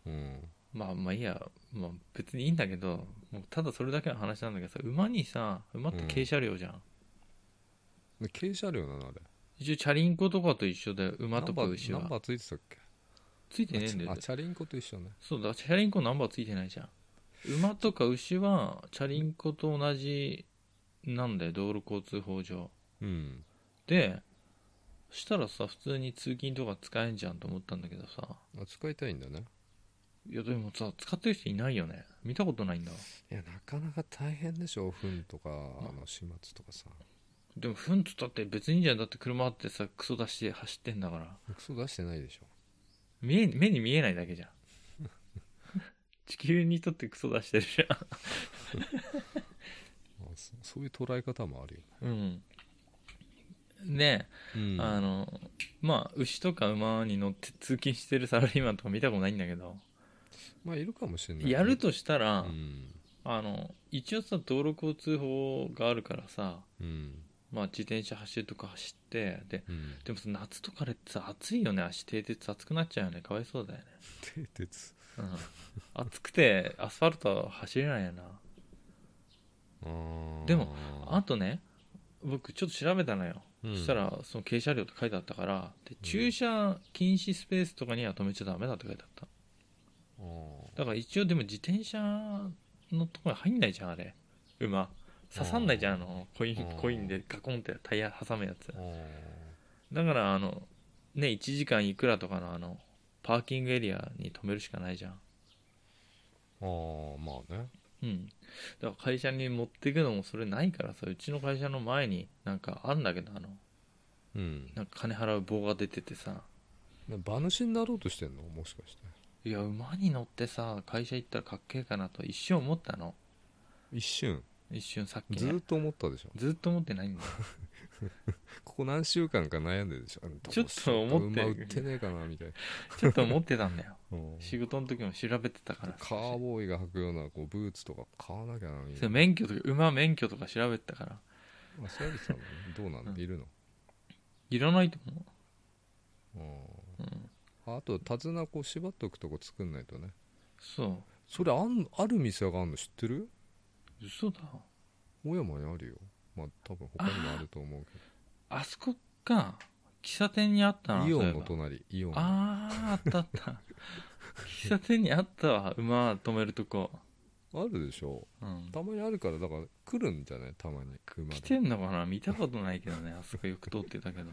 Speaker 2: うん
Speaker 1: まあまあいいや、まあ、別にいいんだけどもうただそれだけの話なんだけどさ馬にさ馬って軽車両じゃん、
Speaker 2: で軽車両なのあれ
Speaker 1: 一応チャリンコとかと一緒だよ馬とか
Speaker 2: ナンバー
Speaker 1: 牛
Speaker 2: ナン
Speaker 1: は
Speaker 2: バーついてたっけ
Speaker 1: ついてねえんだ
Speaker 2: あ
Speaker 1: よ
Speaker 2: チャリンコと一緒ね
Speaker 1: そうだチャリンコナンバーついてないじゃん馬とか牛はチャリンコと同じなんだよ道路交通法上
Speaker 2: うん
Speaker 1: でそしたらさ普通に通勤とか使えんじゃんと思ったんだけどさ
Speaker 2: あ使いたいんだね
Speaker 1: いやでもさ使ってる人いないよね見たことないんだわ
Speaker 2: いやなかなか大変でしょ糞とかあの始末とかさ
Speaker 1: でもふんつったって別にいいじゃんだって車あってさクソ出して走ってんだから
Speaker 2: クソ出してないでしょ
Speaker 1: 見え目に見えないだけじゃん [LAUGHS] 地球にとってクソ出してるじ
Speaker 2: あそそういう捉え方もあるよね
Speaker 1: ゃんうんね
Speaker 2: うん
Speaker 1: あのまあ牛とか馬に乗って通勤してるサラリーマンとか見たことないんだけど、
Speaker 2: まあいるかもしれない
Speaker 1: やるとしたら、
Speaker 2: うん
Speaker 1: あの一応さ道路交通法があるからさ
Speaker 2: うん
Speaker 1: まあ自転車走るとか走ってで
Speaker 2: うん
Speaker 1: でもさ夏とかでさ暑いよね足低鉄暑くなっちゃうよねかわいそうだよね
Speaker 2: 蹄鉄
Speaker 1: うん暑くてアスファルト走れないよな
Speaker 2: あー
Speaker 1: でもあとね僕ちょっと調べたのよ、
Speaker 2: うん
Speaker 1: そしたらその軽車両って書いてあったからで駐車禁止スペースとかには止めちゃダメだって書いてあった
Speaker 2: あー
Speaker 1: だから一応でも自転車のところに入んないじゃんあれ馬刺さんないじゃんあのコイン
Speaker 2: うん
Speaker 1: コインでガコンってタイヤ挟むやつ
Speaker 2: あー
Speaker 1: だからあのね1時間いくらとかのあのパーキングエリアに止めるしかないじゃん
Speaker 2: あーまあね
Speaker 1: うん、だから会社に持っていくのもそれないからさうちの会社の前になんかあんだけどあの
Speaker 2: うん
Speaker 1: なんか金払う棒が出ててさ
Speaker 2: ね馬主になろうとしてんのもしかして
Speaker 1: いや馬に乗ってさ会社行ったらかっけえかなと一瞬思ったの
Speaker 2: 一瞬
Speaker 1: 一瞬さっき
Speaker 2: ず
Speaker 1: ね
Speaker 2: ーっと思ったでしょ
Speaker 1: ずっと思ってないんだよ
Speaker 2: ここ何週間か悩んでるでしょ
Speaker 1: ちょっと思って
Speaker 2: どうしようか馬売ってねえかなみたいな
Speaker 1: ちょっと思ってたんだよ
Speaker 2: [LAUGHS] うん
Speaker 1: 仕事の時も調べてたから
Speaker 2: カーボーイが履くようなこうブーツとか買わなきゃなみ
Speaker 1: そ
Speaker 2: た
Speaker 1: う
Speaker 2: いな
Speaker 1: 免許とか馬免許とか調べてたから
Speaker 2: あ調べてたのねどうな
Speaker 1: うんん
Speaker 2: いるの
Speaker 1: いらないと思
Speaker 2: う
Speaker 1: う、
Speaker 2: ん
Speaker 1: うん、
Speaker 2: ああと手綱こう縛っとくとこ作んないとね
Speaker 1: そ
Speaker 2: それあんある店があるの知ってる
Speaker 1: う嘘だ
Speaker 2: 大山にあるよまあ多分他にもあると思うけ
Speaker 1: あそこか喫茶店にあったな
Speaker 2: どイオ
Speaker 1: そうい
Speaker 2: ン
Speaker 1: えば
Speaker 2: の隣イオンの
Speaker 1: あああったあった [LAUGHS] 喫茶店にあったわ馬止めるとこ、
Speaker 2: あるでしょ
Speaker 1: うん、
Speaker 2: たまにあるからだから来るんじゃないたまに熊で
Speaker 1: 来てんのかな見たことないけどねあそこよく通ってたけど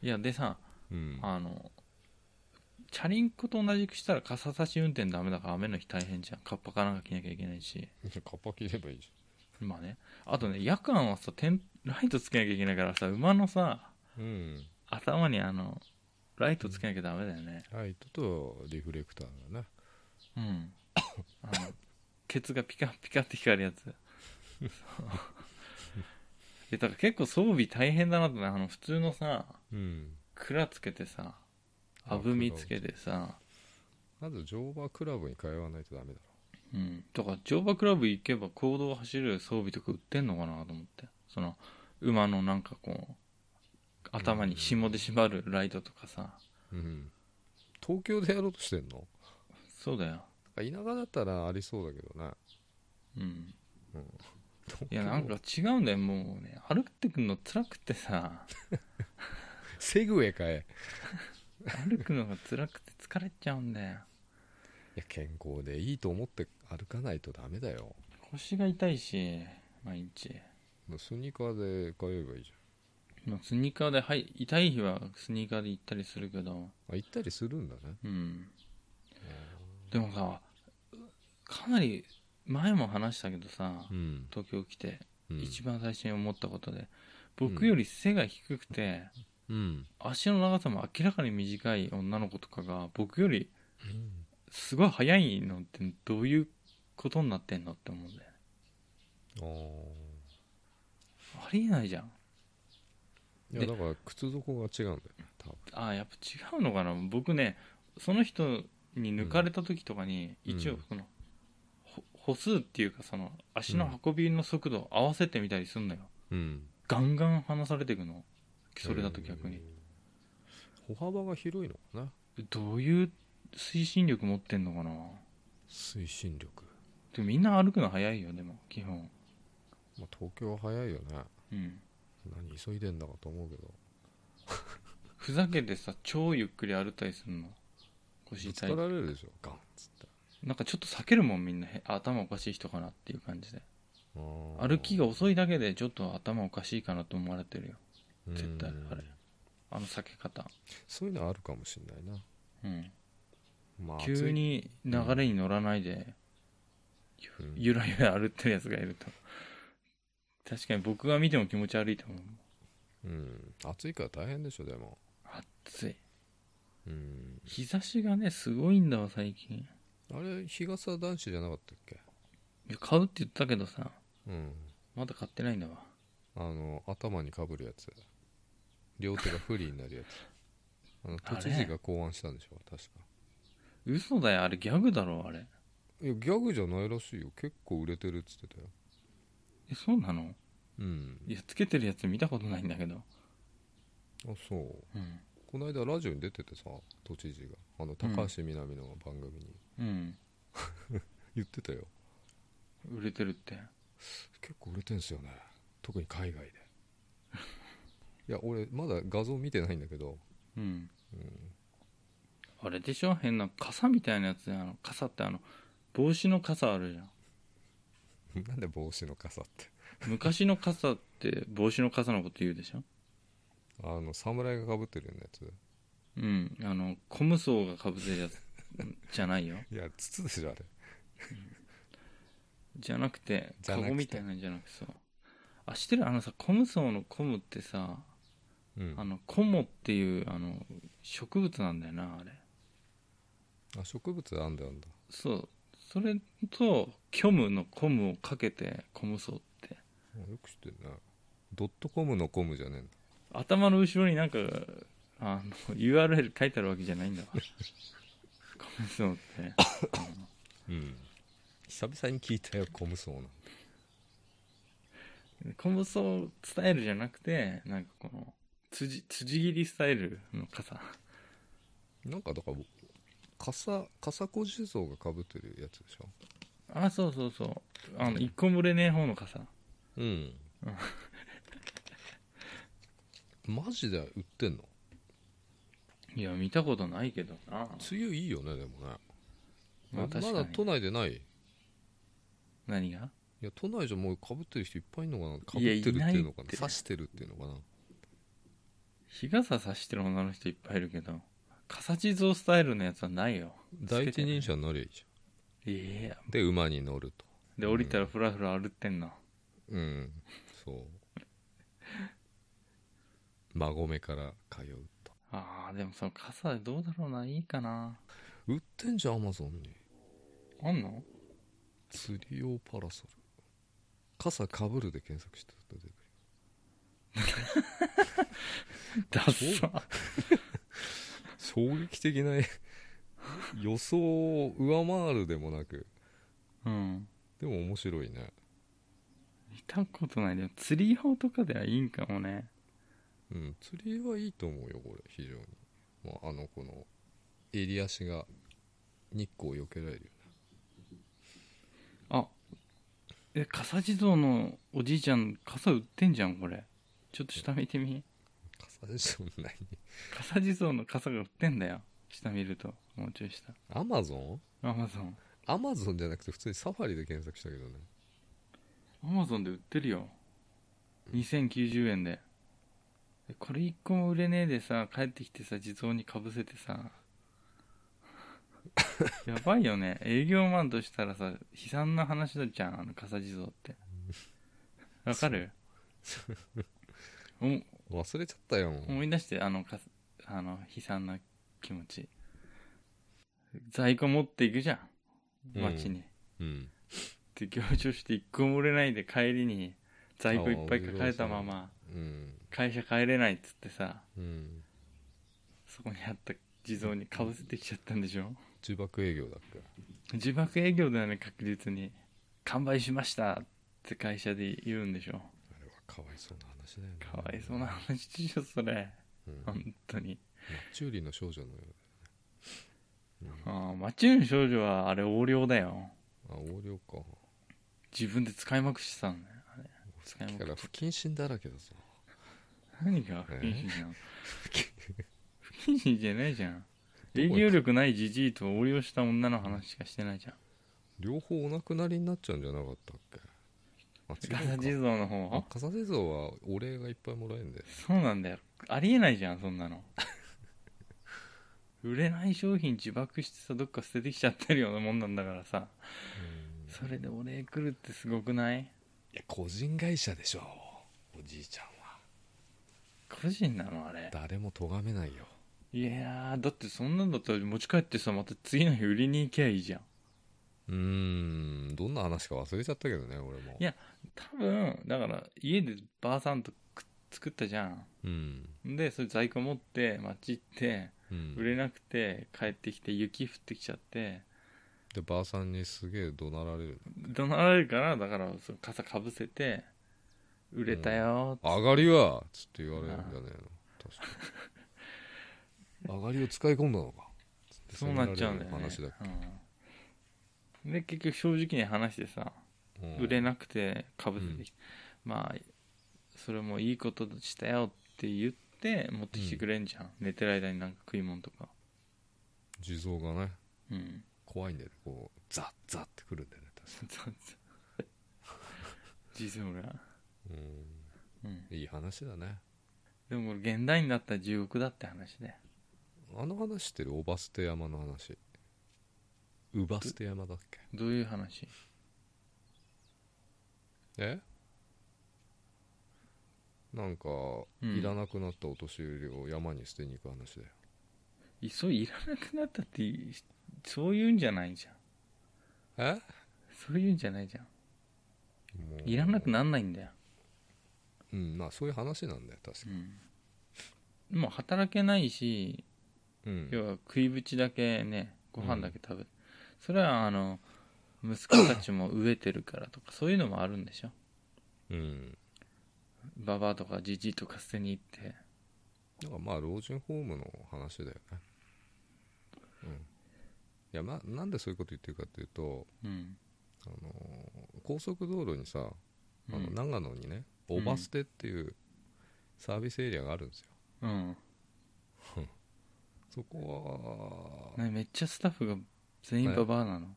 Speaker 1: いやでさ
Speaker 2: うん
Speaker 1: あのチャリンコと同じくしたら傘差し運転ダメだから雨の日大変じゃんカッパかなんか着なきゃいけないし
Speaker 2: いやカッパ着ればいいじ
Speaker 1: まあねあとね夜間はさ点ライトつけなきゃいけないからさ馬のさ
Speaker 2: ゃんうん
Speaker 1: 頭にあのライトつけなきゃダメだよね
Speaker 2: ライトとリフレクターがね
Speaker 1: うんあのケツがピカピカって光るやつそうでだから結構装備大変だなってねあの普通のさ
Speaker 2: うん
Speaker 1: 蔵つけてさ
Speaker 2: あ
Speaker 1: あぶみつけてさ、
Speaker 2: まず乗馬クラブに通わないとダメだ
Speaker 1: うん、とか乗馬クラブ行けば公道を走る装備とか売ってんのかなと思ってその馬のなんかこう頭に紐で縛るライトとかさ、
Speaker 2: ろうん東京でやろうとしてんの
Speaker 1: そうだよ
Speaker 2: 田舎だったらありそうだけどね
Speaker 1: うん
Speaker 2: 東
Speaker 1: い
Speaker 2: 京
Speaker 1: やなんか違うんだよもうね歩ってくんの辛くてさ
Speaker 2: セグウェイかえ
Speaker 1: 歩くのが辛くて疲れちゃうんだよ
Speaker 2: いや健康でいいと思って歩かないとダメだよ
Speaker 1: 腰が痛いし毎日
Speaker 2: もうスニーカーで通えばいいじ
Speaker 1: まあ、スニーカーで、はい、痛い日はスニーカーで行ったりするけど、
Speaker 2: あ行ったりするんだね
Speaker 1: うん。でもさ、かなり前も話したけどさ、
Speaker 2: うん、
Speaker 1: 東京来て、
Speaker 2: うん、
Speaker 1: 一番最初に思ったことで、僕より背が低くて、
Speaker 2: うん、
Speaker 1: 足の長さも明らかに短い女の子とかが、僕よりすごい速いのってどういうことになってんのって思うんだよね。
Speaker 2: あ
Speaker 1: ありえないじゃん。
Speaker 2: ー
Speaker 1: で
Speaker 2: いやだから靴底が違うんだよね多分
Speaker 1: ああやっぱ違うのかな僕ねその人に抜かれた時とかに、
Speaker 2: うん
Speaker 1: 一応その、ほ歩数っていうかその足の運びの速度を合わせてみたりすんのよ、
Speaker 2: うん
Speaker 1: ガンガン離されていくのそれだと逆に、
Speaker 2: 歩幅が広いのかな
Speaker 1: どういう推進力持ってんのかな
Speaker 2: 推進力、
Speaker 1: でもみんな歩くの早いよでも基本
Speaker 2: まあ、東京は早いよね
Speaker 1: うん
Speaker 2: 何急いでんだかと思うけど
Speaker 1: ふざけてさ超ゆっくり歩いたりするの腰
Speaker 2: ぶつ
Speaker 1: 痛
Speaker 2: か
Speaker 1: い
Speaker 2: られるでしょガンっつって
Speaker 1: なんかちょっと避けるもんみんなへ頭おかしい人かなっていう感じで歩
Speaker 2: 歩
Speaker 1: きが遅いだけでちょっと頭おかしいかなと思われてるよ絶対あれあの避け方、
Speaker 2: そういうのあるかもしれないな、
Speaker 1: うん、
Speaker 2: まあ、
Speaker 1: 急に流れに乗らないで、
Speaker 2: 暑い、うん
Speaker 1: ゆらゆら歩ってるやつがいると確かに僕が見ても気持ち悪いと思う
Speaker 2: うん暑いから大変でしょでも
Speaker 1: 暑い
Speaker 2: うん
Speaker 1: 日差しがねすごいんだわ最近
Speaker 2: あれ日傘男子じゃなかったっけ
Speaker 1: いや買うって言ったけどさ
Speaker 2: うん
Speaker 1: まだ買ってないんだわ
Speaker 2: あの頭にかぶるやつ両手がフリーになるやつあの都知事が考案したんでしょ確か
Speaker 1: 嘘だよあれギャグだろあれ
Speaker 2: いやギャグじゃないらしいよ結構売れてるっつってたよ
Speaker 1: えそうなの
Speaker 2: うん
Speaker 1: いやつけてるやつ見たことないんだけど
Speaker 2: あそう
Speaker 1: うん
Speaker 2: この間ラジオに出ててさ都知事があの高橋みなみの番組に
Speaker 1: うん
Speaker 2: 言ってたよ、
Speaker 1: 売れてるって
Speaker 2: 結構売れてんすよね特に海外でいや俺まだ画像見てないんだけど、 [LAUGHS]
Speaker 1: うん
Speaker 2: うん、
Speaker 1: あれでしょ変な傘みたいなやつであの傘ってあの帽子の傘あるじゃん
Speaker 2: なんで帽子の傘って
Speaker 1: 昔の傘って帽子の傘のこと言うでしょ
Speaker 2: あの侍がかぶってるようなやつ
Speaker 1: うんあのコムソウがかぶせるやつ [LAUGHS] じゃないよ
Speaker 2: いや筒でしょあれ
Speaker 1: じゃなくて
Speaker 2: じゃ
Speaker 1: カ
Speaker 2: なくて
Speaker 1: ゴみたいなんじゃなくてさあ知ってるあのさコムソウのコムってさ
Speaker 2: うん
Speaker 1: あのコモっていうあの植物なんだよなあれ
Speaker 2: あ植物あんだよあんだ
Speaker 1: そうそれと虚無のコムをかけてコムソウって
Speaker 2: あよく知ってるなドットコムのコムじゃねえんだ
Speaker 1: 頭の後ろになんかあの URL 書いてあるわけじゃないんだわ [LAUGHS] コムソウって
Speaker 2: うん久々に聞いたよコムそうな
Speaker 1: コムソスタイルじゃなくてなんかこの辻辻切りスタイルの傘
Speaker 2: なんかだから傘傘小地蔵がかぶってるやつでしょ
Speaker 1: あそうそうそうあの一個も売れねえ方の傘
Speaker 2: うん [LAUGHS] マジで売ってんの
Speaker 1: いや見たことないけどな
Speaker 2: 梅雨いいよねでもね、
Speaker 1: まあ
Speaker 2: ま
Speaker 1: 確か
Speaker 2: だ
Speaker 1: に
Speaker 2: 都内でないい
Speaker 1: 何が
Speaker 2: や都内じゃもうかぶってる人いっぱいいるのかなかぶっ
Speaker 1: いや
Speaker 2: てるっていうのか
Speaker 1: いないっ
Speaker 2: な
Speaker 1: て
Speaker 2: 刺してるっていうのかな
Speaker 1: 日傘差してる女の人いっぱいいるけど傘地蔵スタイルのやつはないよ
Speaker 2: 第一人者になりゃいいじ
Speaker 1: いや
Speaker 2: ゃんで馬に乗ると
Speaker 1: で降りたらフラフラ歩ってんな、
Speaker 2: うんそう馬込から通うと
Speaker 1: あーでもその傘どうだろうないいかな
Speaker 2: 売ってんじゃんアマゾンに
Speaker 1: あんの
Speaker 2: 釣り用パラソル傘かぶるで検索して出てくる
Speaker 1: ダッサ
Speaker 2: 衝撃的な予想を上回るでもなく
Speaker 1: うん
Speaker 2: でも面白いね
Speaker 1: 見たことないでも釣り用とかではいいんかもね
Speaker 2: うん釣りはいいと思うよこれ非常に、まあ、あのこの襟足が日光を避けられるよね
Speaker 1: あえ傘地蔵のおじいちゃん傘売ってんじゃんこれちょっと下見てみ
Speaker 2: 傘でしょない
Speaker 1: 傘地蔵の傘が売ってんだよ下見るともうちょい下
Speaker 2: アマゾン
Speaker 1: アマゾン
Speaker 2: アマゾンじゃなくて普通にサファリで検索したけどね
Speaker 1: アマゾンで売ってるよ2090円ででこれ一個も売れねえでさ帰ってきてさ地蔵にかぶせてさ
Speaker 2: [LAUGHS]
Speaker 1: やばいよね営業マンとしたらさ悲惨な話だじゃんあの傘地蔵ってわかるお
Speaker 2: 忘れちゃったよ
Speaker 1: 思い出してあのかあの悲惨な気持ち在庫持っていくじゃん
Speaker 2: うん
Speaker 1: 街に、
Speaker 2: うん
Speaker 1: で行商して一個も売れないで帰りに在庫いっぱい抱えたまま
Speaker 2: うん
Speaker 1: 会社帰れないっつってさ
Speaker 2: うん
Speaker 1: そこにあった地蔵にかぶせてきちゃったんでしょ [LAUGHS]
Speaker 2: 中爆営業だっけ
Speaker 1: 自爆営業だよね確実に完売しましたって会社で言うんでしょ
Speaker 2: あれはかわいそうな話だよね
Speaker 1: かわいそうな話でしょそれ
Speaker 2: うんマッ
Speaker 1: 本当に
Speaker 2: チューリーの少女のようだよね
Speaker 1: ああマチューン少女はあれ横領だよ
Speaker 2: うんあ横領か
Speaker 1: 自分で使いまくしてたんだよあれ使
Speaker 2: さっ
Speaker 1: い
Speaker 2: き
Speaker 1: ま
Speaker 2: か
Speaker 1: く
Speaker 2: ら不謹慎だらけだぞ
Speaker 1: 何が不謹慎 [LAUGHS] なの不謹慎じゃないじゃん営業力ないじじいと横領した女の話しかしてないじゃん
Speaker 2: 両方お亡くなりになっちゃうんじゃなかったっけあ
Speaker 1: ガ
Speaker 2: 違
Speaker 1: サ地
Speaker 2: う
Speaker 1: 蔵の
Speaker 2: かあ
Speaker 1: 方
Speaker 2: 笠地蔵はお礼がいっぱいもらえんだよ
Speaker 1: そうなんだよありえないじゃんそん
Speaker 2: [LAUGHS]
Speaker 1: なの売れない商品自爆してさどっか捨ててきちゃってるようなもんなんだからさ
Speaker 2: うん
Speaker 1: それでお礼来るってすごくない
Speaker 2: いや個人会社でしょおじいちゃんは
Speaker 1: 個人なのあれ
Speaker 2: 誰も咎めないよ
Speaker 1: いやーだってそんなんだったら持ち帰ってさまた次の日売りに行きゃいいじゃん
Speaker 2: うーんどんな話か忘れちゃったけどね俺も
Speaker 1: いや多分だから家でばあさんとく作ったじゃん
Speaker 2: うん
Speaker 1: でそれ在庫持って街行って
Speaker 2: うん
Speaker 1: 売れなくて帰ってきて雪降ってきちゃって
Speaker 2: でばあさんにすげえ怒鳴られる
Speaker 1: 怒鳴られるからだからその傘かぶせて売れたよ
Speaker 2: 「上がりは!」っつって言われるんじゃねえの確かに上がりを使い込んだのかつっ
Speaker 1: [LAUGHS]
Speaker 2: て
Speaker 1: そうなっちゃうんだよ
Speaker 2: 責められ
Speaker 1: ね
Speaker 2: る話だっ
Speaker 1: うんで結局正直に話してさ
Speaker 2: け、うん
Speaker 1: 売れなくてかぶせてきて、まあそれもいいことしたよって言って持ってきてくれんじゃん、寝てる間になんか食い物とか
Speaker 2: 地蔵がね
Speaker 1: うん
Speaker 2: 怖いんだよねこうザッザッってくるんだよね確か [LAUGHS]
Speaker 1: 実は俺は、
Speaker 2: に
Speaker 1: うん、
Speaker 2: うんいい話だね
Speaker 1: でも俺現代になったら地獄だって話で
Speaker 2: あの話してるおば捨て山の話うば捨て山だっけ
Speaker 1: どういう話
Speaker 2: えなんか、
Speaker 1: うん
Speaker 2: いらなくなったお年寄りを山に捨てに行く話だよ
Speaker 1: いそういらなくなったっていそういうんじゃないじゃん
Speaker 2: え
Speaker 1: そういうんじゃないじゃん
Speaker 2: もう
Speaker 1: いらなくなんないんだよ、
Speaker 2: うんまあそういう話なんだよ確か
Speaker 1: うん、もう働けないし
Speaker 2: にうん
Speaker 1: 要は食いぶちだけねご飯だけ食べる、それはあの息子たちも飢えてるからとかそういうのもあるんでしょ
Speaker 2: うん
Speaker 1: ババアとかじじいとか捨てに行って
Speaker 2: だからまあ老人ホームの話だよねうんいやまなんでそういうこと言ってるかっていうと
Speaker 1: うん
Speaker 2: あのー高速道路にさあの
Speaker 1: うん
Speaker 2: 長野にね、
Speaker 1: うん
Speaker 2: オバステっていうサービスエリアがあるんですよ、
Speaker 1: うん
Speaker 2: そこは
Speaker 1: ねめっちゃスタッフが全員ババアなの、
Speaker 2: い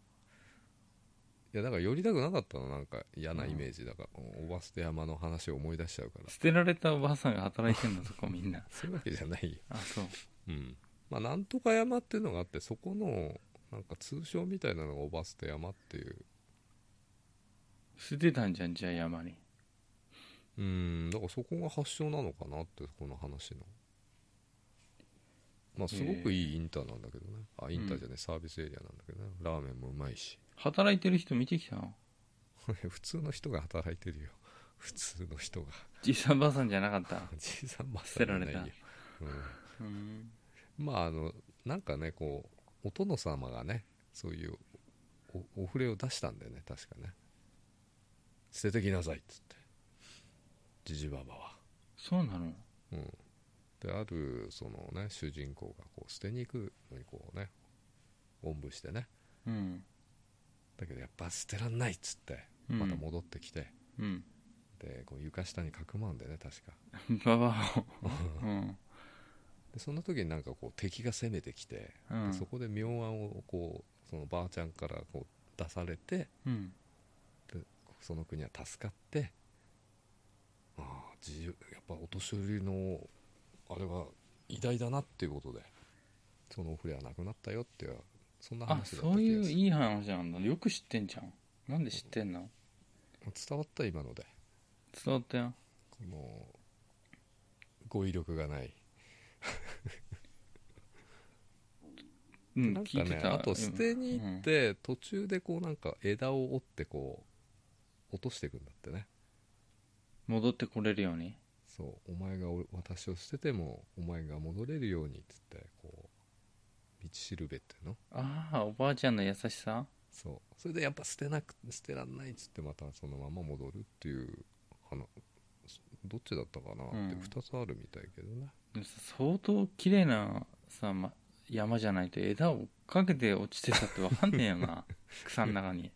Speaker 2: やだから寄りたくなかったのなんか嫌なイメージだから、オバステ山の話を思い出しちゃうから
Speaker 1: 捨てられたおばあさんが働いてんだそこみんな
Speaker 2: そういうわけじゃないよ
Speaker 1: あそう
Speaker 2: うんまあなんとか山っていうのがあってそこのなんか通称みたいなのがオバステ山っていう
Speaker 1: 捨てたんじゃんじゃあ山に
Speaker 2: うんだからそこが発祥なのかなってこの話のまあすごくいいインターなんだけどね、あインターじゃねえサービスエリアなんだけどねラーメンもうまいし [LAUGHS]
Speaker 1: 働いてる人見てきたの
Speaker 2: 普通の人が働いてるよ普通の人が
Speaker 1: じいさんばあさんじゃなかった
Speaker 2: じいさんばあ
Speaker 1: 捨て
Speaker 2: さ
Speaker 1: ら
Speaker 2: んじゃ
Speaker 1: れ
Speaker 2: ない
Speaker 1: た
Speaker 2: よ、うん
Speaker 1: うん
Speaker 2: まああのなんかねこうお殿様がねそういうおお触れを出したんだよね確かね捨ててきなさいっつってジジババは
Speaker 1: そうなの
Speaker 2: うんであるそのね主人公がこう捨てに行くのにこうねおんぶしてね
Speaker 1: うん
Speaker 2: だけどやっぱ捨てらんないっつって
Speaker 1: うん
Speaker 2: また戻ってきて、
Speaker 1: うん
Speaker 2: でこう床下にかくまうんだよね確か
Speaker 1: ババアをうん
Speaker 2: でその時になんかこう敵が攻めてきて、
Speaker 1: う
Speaker 2: で
Speaker 1: ん
Speaker 2: そこで妙案をこうそのばあちゃんからこう出されて、
Speaker 1: うん
Speaker 2: その国は助かってああ自由やっぱお年寄りのあれは偉大だなっていうことでそのお触れはなくなったよっていうそんな
Speaker 1: あ
Speaker 2: 話だった
Speaker 1: そう
Speaker 2: 気
Speaker 1: い
Speaker 2: が
Speaker 1: う
Speaker 2: する
Speaker 1: いい話なんだよく知ってんじゃんなんで知ってんの
Speaker 2: 伝わった今ので
Speaker 1: 伝わったよ
Speaker 2: もう語彙力がない
Speaker 1: うん
Speaker 2: なん
Speaker 1: 聞
Speaker 2: か
Speaker 1: いて
Speaker 2: ね
Speaker 1: た
Speaker 2: あと捨てに行って途中でこうなんか枝を折ってこう落としていくんだってね
Speaker 1: うん戻ってこれるように
Speaker 2: そうお前が俺私を捨ててもお前が戻れるようにっつってこう道しるべっていうの
Speaker 1: ああおばあちゃんの優しさ
Speaker 2: そうそれでやっぱ捨てなく捨てらんないっつってまたそのまま戻るっていう話どっちだったかなって
Speaker 1: うん
Speaker 2: 2つあるみたいけどね、
Speaker 1: でもさ相当綺麗なさ、ま、山じゃないと枝を追っかけて落ちてたって分かんねえよ [LAUGHS] な草の中に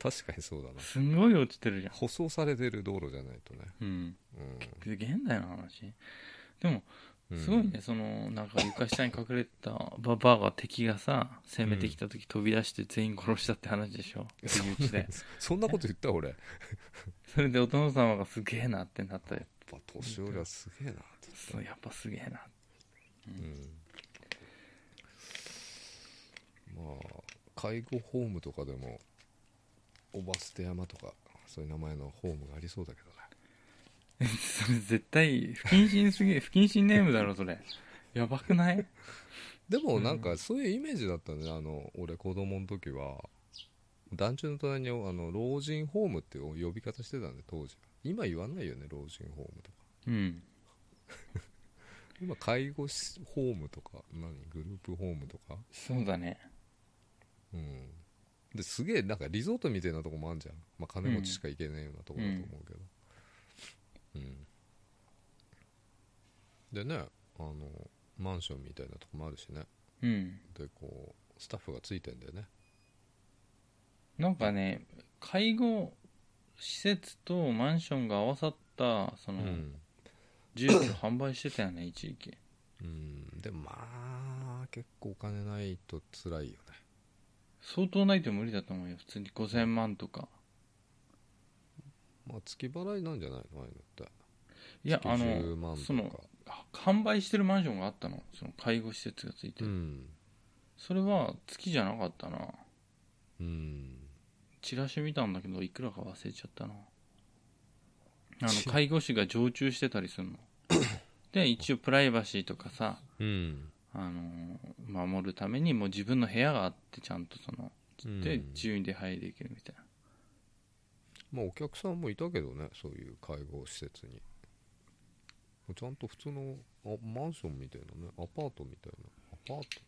Speaker 2: 確かにそうだな
Speaker 1: すんごい落ちてるじゃん
Speaker 2: 舗装されてる道路じゃないとね
Speaker 1: うん
Speaker 2: うん
Speaker 1: で現代の話でも
Speaker 2: うん
Speaker 1: すごいね、そのなんか床下に隠れてたババアが敵がさ攻めてきた時飛び出して全員殺したって話でしょ
Speaker 2: [LAUGHS] そ
Speaker 1: 不意打ちで
Speaker 2: そんなこと言った俺やっ
Speaker 1: それでお殿様がすげえなってなったよ
Speaker 2: ぱ年寄りはすげえなって
Speaker 1: そうやっぱすげえな [LAUGHS]
Speaker 2: うんまあ介護ホームとかでもおば捨て山とかそういう名前のホームがありそうだけどね
Speaker 1: それ絶対不謹慎すぎる不謹慎ネームだろそれやばくない
Speaker 2: でもなんかそういうイメージだったんで、あの俺子供の時は団地の隣にあの老人ホームっていう呼び方してたんで当時今言わないよね老人ホームとか
Speaker 1: うん
Speaker 2: 今介護しホームとか何グループホームとか
Speaker 1: そうだね
Speaker 2: うんですげえなんかリゾートみたいなとこもあるじゃん、まあ、金持ちしか行けないようなとこだと思うけどうん、でねあのマンションみたいなとこもあるしね
Speaker 1: うん
Speaker 2: でこうスタッフがついてんだよね
Speaker 1: なんかね介護施設とマンションが合わさったその住居を販売してたよね一時期
Speaker 2: うんでもまあ結構お金ないと辛いよね
Speaker 1: 相当ないと無理だと思うよ普通に5000万とか
Speaker 2: まあ月払いなんじゃないのああいうのって
Speaker 1: いや
Speaker 2: 月
Speaker 1: あ
Speaker 2: 10
Speaker 1: の
Speaker 2: 万とか
Speaker 1: そのは販売してるマンションがあったのその介護施設がついて
Speaker 2: う
Speaker 1: る、
Speaker 2: ん
Speaker 1: それは月じゃなかったな
Speaker 2: うん
Speaker 1: チラシ見たんだけどいくらか忘れちゃったなあ
Speaker 2: チ
Speaker 1: の
Speaker 2: ラ
Speaker 1: 介護士が常駐してたりする
Speaker 2: [COUGHS]
Speaker 1: ので一応プライバシーとかさ、
Speaker 2: うん
Speaker 1: あのー守るためにもう自分の部屋があってちゃんとそので
Speaker 2: うん
Speaker 1: 自由に出入りできるみたいな
Speaker 2: まあお客さんもいたけどねそういう介護施設にちゃんと普通のあマンションみたいなねアパートみたいなアパート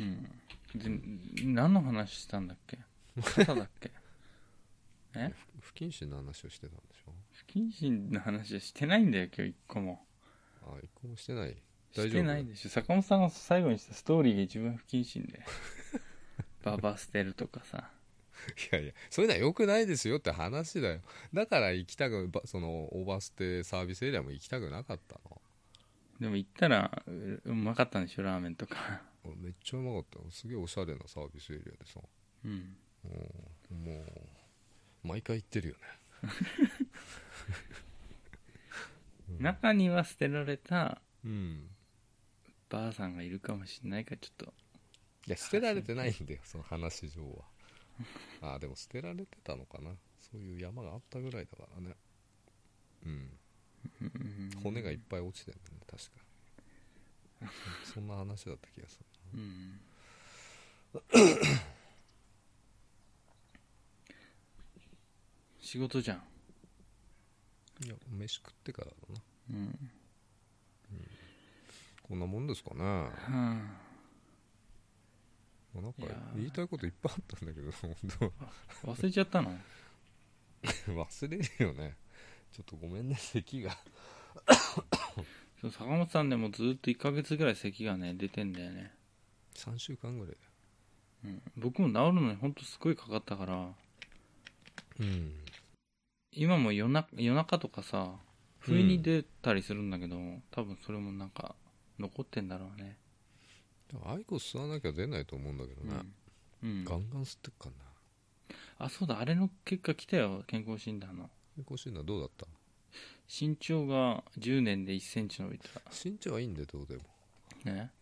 Speaker 1: うんで何の話したんだっ
Speaker 2: [LAUGHS]
Speaker 1: け傘だっけえ
Speaker 2: 不謹慎な話をしてたんでしょ
Speaker 1: 不謹慎な話はしてないんだよ今日一個も
Speaker 2: あ一個もしてない大丈夫
Speaker 1: してないでしょ坂本さんが最後にしたストーリーが一番不謹慎
Speaker 2: [LAUGHS]
Speaker 1: でババ捨てるとかさ
Speaker 2: いやいやそういうのは良くないですよって話だよだから行きたくばそのオーバーステイサービスエリアも行きたくなかったの
Speaker 1: でも行ったらううまかったんでしょラーメンとか
Speaker 2: 俺めっちゃうまかったのすげえおしゃれなサービスエリアでさ
Speaker 1: うん
Speaker 2: うんもう毎回行ってるよね
Speaker 1: 中には捨てられた
Speaker 2: うん
Speaker 1: ばあさんがいるかもしれないからちょっと
Speaker 2: いや捨てられてないんだよその話上はああでも捨てられてたのかなそういう山があったぐらいだからねうん
Speaker 1: うん
Speaker 2: 骨がいっぱい落ちてるね確かそんな話だった気がする [LAUGHS]
Speaker 1: うん仕事じゃん
Speaker 2: いや飯食ってからだな
Speaker 1: うん
Speaker 2: こんなもんですかねま
Speaker 1: はあ
Speaker 2: あなん
Speaker 1: い
Speaker 2: か
Speaker 1: やー
Speaker 2: 言いたいこといっぱいあったんだけど [LAUGHS] 本
Speaker 1: 忘れちゃったの
Speaker 2: 当忘れるよねちょっとごめんね咳が
Speaker 1: そう坂本さんでもずっと1ヶ月ぐらい咳がね出てんだよね、
Speaker 2: 3週間ぐらい
Speaker 1: うん、僕も治るのにほんとすごいかかったから
Speaker 2: うん
Speaker 1: 今も夜な夜中とかさ不意に出たりするんだけど、多分それもなんか残ってんだろうね、
Speaker 2: でもアイコス吸わなきゃ出ないと思うんだけど
Speaker 1: う
Speaker 2: ね、
Speaker 1: んうん
Speaker 2: ガンガン吸ってっからな
Speaker 1: あそうだあれの結果来たよ健康診断の
Speaker 2: 健康診断どうだった
Speaker 1: 身長が10年で1センチ伸びた。
Speaker 2: 身長はいいんでどうでも
Speaker 1: ね。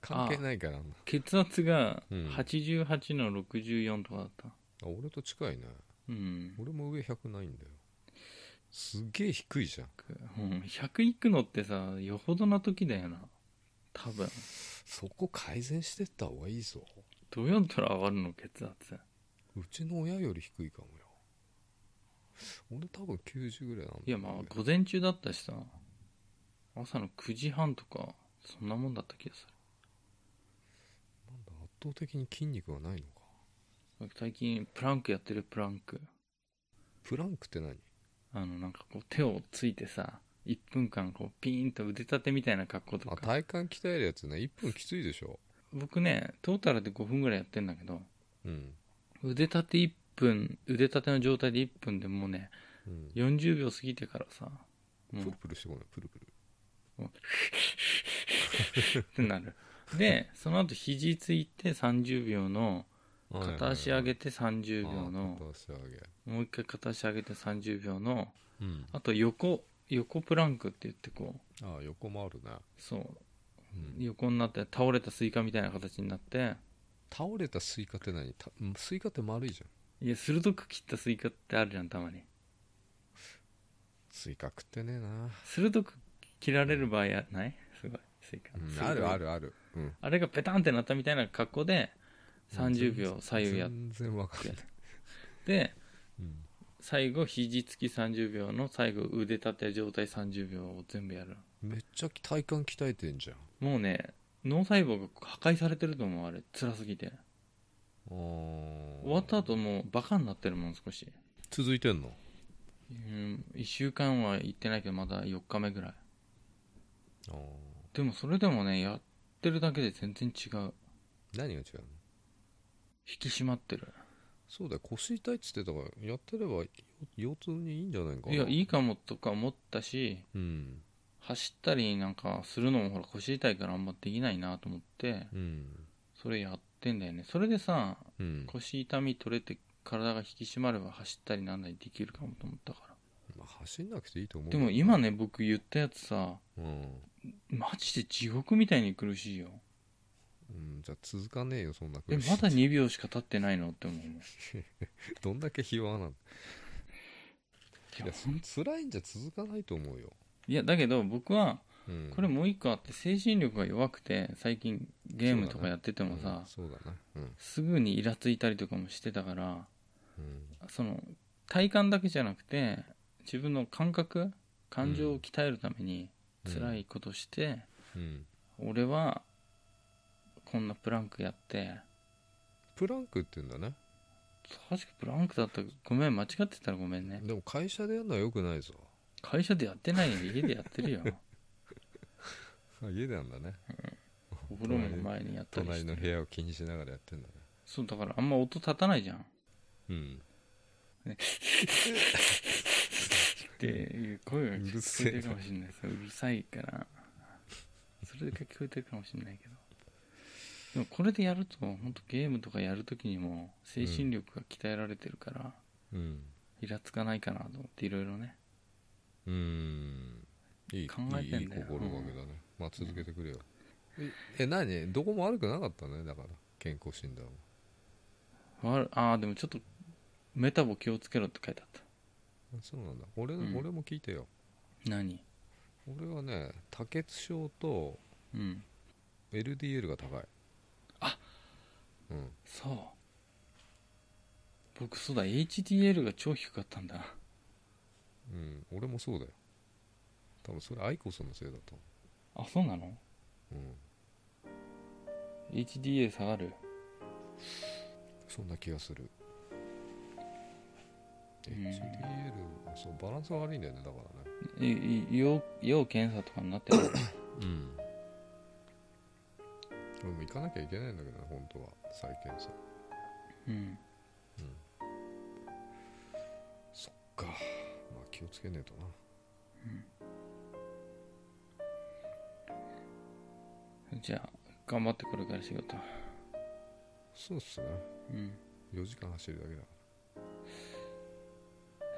Speaker 2: 関係ないからあんな
Speaker 1: 血圧が
Speaker 2: うん
Speaker 1: 88の64とかだった。
Speaker 2: あ俺と近いね
Speaker 1: うん。
Speaker 2: 俺も上100ないんだよすげえ低いじゃん
Speaker 1: うん、100いくのってさ、よほどな時だよな。多分。
Speaker 2: そこ改善してった方がいいぞ
Speaker 1: どうやったら上がるの血圧。
Speaker 2: うちの親より低いかもよ俺多分90ぐらいなんだよね
Speaker 1: いやまあ、午前中だったしさ、朝の9時半とか、そんなもんだった気がす
Speaker 2: なんだ圧倒的に筋肉がないのか
Speaker 1: る。最近、プランクやってるプランク。
Speaker 2: プランクって何
Speaker 1: あの、なんかこう手をついてさ、1分間こうピーンと腕立てみたいな格好と
Speaker 2: あ
Speaker 1: か。
Speaker 2: 体幹鍛えるやつね1分きついでしょ
Speaker 1: 僕ね、トータルで5分ぐらいやってんだけど、
Speaker 2: うん、
Speaker 1: 腕立て1分、腕立ての状態で1分でもうね、
Speaker 2: うん、
Speaker 1: 40秒過ぎてからさ、
Speaker 2: プ
Speaker 1: も
Speaker 2: ルプルしてこないプルプル
Speaker 1: う、ってなる。で、その後肘ついて30秒の、片足上
Speaker 2: はい
Speaker 1: げて30
Speaker 2: はいはい
Speaker 1: 秒
Speaker 2: あ
Speaker 1: の、
Speaker 2: 片足上げ
Speaker 1: もう一回片足上げて30秒の、
Speaker 2: うん
Speaker 1: あと横、横プランクって言ってこう、
Speaker 2: ああ横もあるね、
Speaker 1: そう、
Speaker 2: うん
Speaker 1: 横になって倒れたスイカみたいな形になって、
Speaker 2: 倒れたスイカって何たスイカって丸いじゃん
Speaker 1: いや、鋭く切ったスイカってあるじゃん、たまに。
Speaker 2: スイカ食ってねえな
Speaker 1: 鋭く切られる場合やないすごい、スイカ。
Speaker 2: うん
Speaker 1: すごい
Speaker 2: あるあ。るある、うん、
Speaker 1: あれがペタンってなったみたいな格好で、30秒左右やっ
Speaker 2: 全然わかんない、
Speaker 1: て、
Speaker 2: うん、
Speaker 1: 最後、肘つき30秒の、最後、腕立て状態30秒を全部やる。
Speaker 2: めっちゃ体幹鍛えてんじゃん
Speaker 1: もうね、脳細胞が破壊されてると思う、あれ。辛すぎて。終
Speaker 2: 終
Speaker 1: わった後もうバカになってるもん、少し。
Speaker 2: 続いてんの
Speaker 1: うん、1週間は行ってないけど、まだ4日目ぐらい。
Speaker 2: あー
Speaker 1: でもそれでもね、やってるだけで全然違う。
Speaker 2: 何が違うの
Speaker 1: 引き締まってる。
Speaker 2: そうだよ腰痛いっつってたからやってればよ腰痛にいいんじゃないかない
Speaker 1: や、いいかもとか思ったし、
Speaker 2: うん
Speaker 1: 走ったりなんかするのもほら腰痛いからあんまできないなと思って、
Speaker 2: うん
Speaker 1: それやってんだよね。それでさ、
Speaker 2: うん
Speaker 1: 腰痛み取れて体が引き締まれば走ったりなんなりできるかもと思ったから。
Speaker 2: まあ、走んなくていいと思う
Speaker 1: でも
Speaker 2: けど
Speaker 1: 今ね、僕言ったやつさ、
Speaker 2: うん、
Speaker 1: マジで地獄みたいに苦しいよ。
Speaker 2: うん、じゃあ続かねえよそんな
Speaker 1: え、
Speaker 2: 苦しい
Speaker 1: まだ2秒しか経ってないのって思う。い
Speaker 2: [LAUGHS] どんだけ卑猥なのい
Speaker 1: や
Speaker 2: や、そ辛いんじゃ続かないと思うよ、
Speaker 1: いやだけど僕は、
Speaker 2: うん、
Speaker 1: これもう一個あって、精神力が弱くて、最近ゲームとかやってて
Speaker 2: で
Speaker 1: もさ、
Speaker 2: そうだなうん、
Speaker 1: すぐにイラついたりとかもしてたから、
Speaker 2: うん、
Speaker 1: その、体感だけじゃなくて、自分の感覚、感情を鍛えるために、
Speaker 2: うん
Speaker 1: 辛いことして、
Speaker 2: うん
Speaker 1: 俺は、こんなプランクやって、
Speaker 2: プランクって言うんだね
Speaker 1: 確かプランクだったごめん、間違ってたらごめんね。
Speaker 2: でも会社でやるのはよくないぞ
Speaker 1: 会社でやってないよ、家でやって
Speaker 2: [LAUGHS]
Speaker 1: るよ。
Speaker 2: あ家でやんだね
Speaker 1: お風呂の前にやったり
Speaker 2: 隣
Speaker 1: し
Speaker 2: の
Speaker 1: て
Speaker 2: 部屋を気にしながらやってんだね
Speaker 1: そうだからあんま音立たないじゃんっ
Speaker 2: うん
Speaker 1: ていう声が
Speaker 2: うる
Speaker 1: 聞
Speaker 2: せ
Speaker 1: こ
Speaker 2: え
Speaker 1: えてるかもしれないですうるさいからそれだけ聞こえてるかもしれないけどでもこれでやると本当ゲームとかやるときにも精神力が鍛えられてるから、
Speaker 2: うん
Speaker 1: イラつかないかなと思っていろいろね
Speaker 2: うーんいい
Speaker 1: 考えてんだよ
Speaker 2: いいいい心がけだね、まあ続けてくれよ、え何どこも悪くなかったねだから健康診断は
Speaker 1: わるああでもちょっとメタボ気をつけろって書いてあった
Speaker 2: そうなんだ俺,、
Speaker 1: うん
Speaker 2: 俺も聞いてよ
Speaker 1: 何
Speaker 2: 俺はね多血症と
Speaker 1: うん
Speaker 2: LDL が高い
Speaker 1: あ
Speaker 2: うん
Speaker 1: そう僕そうだ HDL が超低かったんだ
Speaker 2: うん俺もそうだよ多分それアイコスのせいだと
Speaker 1: あそうなの
Speaker 2: 思う、うん、
Speaker 1: HDA 下がる
Speaker 2: そんな気がする
Speaker 1: うん
Speaker 2: HDL はそうバランスが悪いんだよねだからね
Speaker 1: いい要要検査とかになってる
Speaker 2: うん俺も行かなきゃいけないんだけどね本当は再検査
Speaker 1: うん
Speaker 2: そっかまあ気をつけねえとな
Speaker 1: じゃあ頑張ってこれから仕事
Speaker 2: そうっすね
Speaker 1: うん、
Speaker 2: 4時間走るだけだ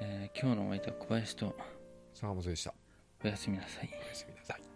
Speaker 1: えー今日のお相手は小林と
Speaker 2: 坂本でした
Speaker 1: おやすみなさい
Speaker 2: おやすみなさい